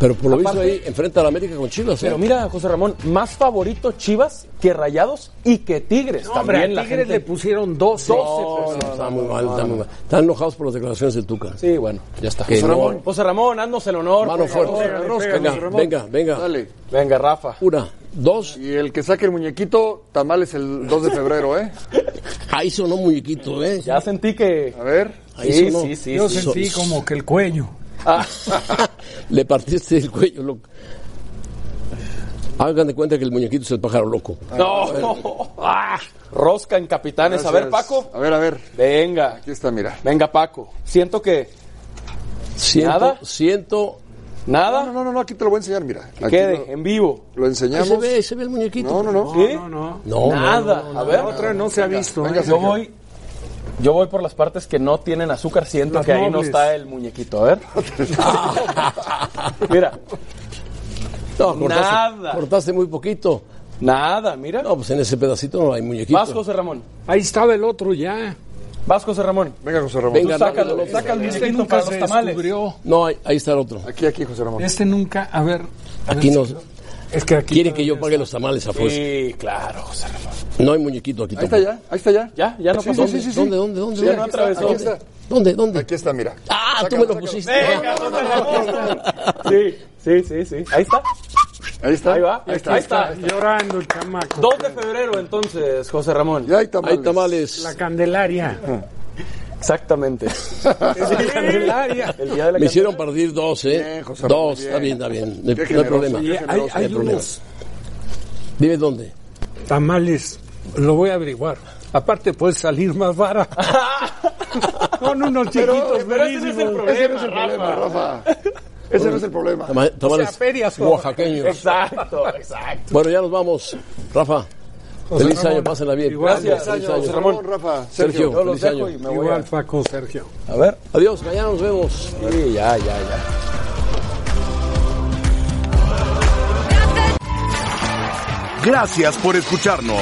Speaker 5: Pero por lo visto ahí enfrenta a la América con Chivas. ¿eh?
Speaker 17: Pero mira, José Ramón, más favorito Chivas que Rayados y que Tigres.
Speaker 6: No, hombre,
Speaker 17: También
Speaker 6: a
Speaker 17: la
Speaker 6: Tigres
Speaker 17: gente-
Speaker 6: le pusieron 12.
Speaker 17: No, no,
Speaker 5: Está muy mal, está muy mal. Están enojados por las declaraciones del Tuca. Sí, bueno, ya está.
Speaker 7: Pues
Speaker 17: José Ramón, José Ramón, haznos el honor.
Speaker 5: Mano
Speaker 17: por
Speaker 5: fuerte.
Speaker 17: favor.
Speaker 5: Venga, venga, venga.
Speaker 17: Venga, Rafa.
Speaker 5: Una, dos.
Speaker 8: Y el que saque el muñequito, tamales el 2 de febrero, ¿eh?
Speaker 5: [laughs] Ahí sonó muñequito, ¿eh?
Speaker 17: Ya sentí que.
Speaker 8: A ver.
Speaker 5: Ahí
Speaker 6: Sí,
Speaker 5: sonó.
Speaker 6: sí, sí, Yo sí. sentí como que el cuello.
Speaker 5: Ah. [laughs] Le partiste el cuello, loco. Hagan de cuenta que el muñequito es el pájaro loco.
Speaker 8: Ah,
Speaker 17: No. Ah, rosca en Capitanes. A ver,
Speaker 8: eh. Gracias.
Speaker 17: Paco.
Speaker 8: A ver, a ver.
Speaker 17: Venga.
Speaker 8: Aquí está, mira.
Speaker 17: Venga, Paco. Siento que.
Speaker 5: Siento,
Speaker 17: Nada.
Speaker 5: Siento.
Speaker 17: Nada.
Speaker 8: No, no, no, no, aquí te lo voy a enseñar, mira.
Speaker 17: Que
Speaker 8: Aquí
Speaker 17: quede
Speaker 8: lo-
Speaker 17: en vivo.
Speaker 8: Lo enseñamos.
Speaker 5: Ahí se ve, se ve el muñequito.
Speaker 8: No, no, no.
Speaker 17: ¿Sí?
Speaker 8: No,
Speaker 6: no.
Speaker 5: No,
Speaker 17: Nada.
Speaker 6: no, no,
Speaker 17: a
Speaker 6: no,
Speaker 17: ver.
Speaker 6: la otra no se ha visto, ¿eh?
Speaker 17: yo voy. Yo voy por las partes que no tienen azúcar. Siento
Speaker 6: Las
Speaker 17: que ahí no
Speaker 6: nobles.
Speaker 17: está el muñequito. A
Speaker 8: [laughs]
Speaker 17: ver.
Speaker 8: Ah,
Speaker 17: Mira.
Speaker 5: No, cortaste,
Speaker 17: Nada.
Speaker 5: cortaste muy poquito.
Speaker 17: Nada, mira.
Speaker 5: No, pues en ese pedacito no hay muñequito.
Speaker 17: Vas, José Ramón.
Speaker 6: Ahí estaba el otro ya.
Speaker 7: Vas, José Ramón.
Speaker 8: Venga, José Ramón.
Speaker 7: Venga, sácalo, sácalo.
Speaker 8: Este
Speaker 7: Este
Speaker 8: nunca
Speaker 7: para los
Speaker 8: se
Speaker 7: tamales.
Speaker 5: No, ahí, ahí está el otro.
Speaker 8: Aquí, aquí, José Ramón.
Speaker 5: Este
Speaker 6: nunca, a ver.
Speaker 5: Aquí no.
Speaker 6: Es que aquí
Speaker 5: Quieren que yo pague los tamales a fuerza.
Speaker 7: Sí, claro, José Ramón.
Speaker 5: No hay muñequito aquí.
Speaker 8: Ahí está ya, ahí está ya.
Speaker 7: Ya, ya
Speaker 5: no pasó.
Speaker 8: Sí, sí, sí, sí.
Speaker 5: ¿Dónde, dónde, dónde?
Speaker 8: Sí, ya no
Speaker 5: ¿Dónde?
Speaker 8: atravesó.
Speaker 5: Aquí está. ¿Dónde, dónde?
Speaker 8: Aquí está, mira.
Speaker 5: Ah, tú
Speaker 8: Sácalo,
Speaker 5: me lo
Speaker 8: sácalo.
Speaker 5: pusiste.
Speaker 7: Venga, José Ramón. Sí, sí, sí, sí. Ahí está.
Speaker 8: Ahí está.
Speaker 7: Ahí va. Ahí está. Ahí está.
Speaker 6: Llorando el chamaco.
Speaker 7: 2 de febrero, entonces, José Ramón.
Speaker 8: Ya hay
Speaker 6: tamales.
Speaker 7: Hay tamales.
Speaker 6: La Candelaria.
Speaker 7: Exactamente.
Speaker 6: Candelaria.
Speaker 7: El día de la
Speaker 5: Me hicieron partir dos, ¿eh?
Speaker 7: Bien, José Ramón,
Speaker 5: dos,
Speaker 7: bien.
Speaker 5: está bien, está bien. No,
Speaker 7: Qué
Speaker 5: no hay
Speaker 7: generoso,
Speaker 5: problema.
Speaker 7: qué
Speaker 5: hay,
Speaker 7: generoso.
Speaker 5: hay
Speaker 7: Hay
Speaker 5: problemas. Dime dónde.
Speaker 6: Tamales. Lo voy a averiguar. Aparte, puedes salir más vara.
Speaker 8: [laughs]
Speaker 6: Con unos
Speaker 8: Pero-
Speaker 6: chiquitos
Speaker 8: pero ese no es el
Speaker 6: buenísimos.
Speaker 8: problema, Ese no es el problema, Rafa. Ese no es el problema.
Speaker 5: Tama- Tamales
Speaker 6: O sea, ferias, ¿no?
Speaker 5: oaxaqueños.
Speaker 7: Exacto, exacto.
Speaker 5: Bueno, ya nos vamos. Rafa,
Speaker 6: José
Speaker 5: feliz
Speaker 6: Ramón.
Speaker 5: año, pásenla bien.
Speaker 8: Gracias,
Speaker 5: Feliz
Speaker 8: año, José Ramón, Rafa, Sergio.
Speaker 5: Sergio,
Speaker 8: Yo los
Speaker 5: feliz
Speaker 8: dejo
Speaker 5: año.
Speaker 8: y me voy
Speaker 6: Igual, Paco, Sergio.
Speaker 5: A ver. Adiós, mañana nos vemos.
Speaker 7: Sí, ya, ya, ya.
Speaker 16: Gracias por escucharnos.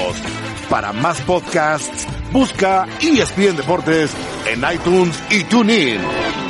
Speaker 16: Para más podcasts, busca ESPN Deportes en iTunes y TuneIn.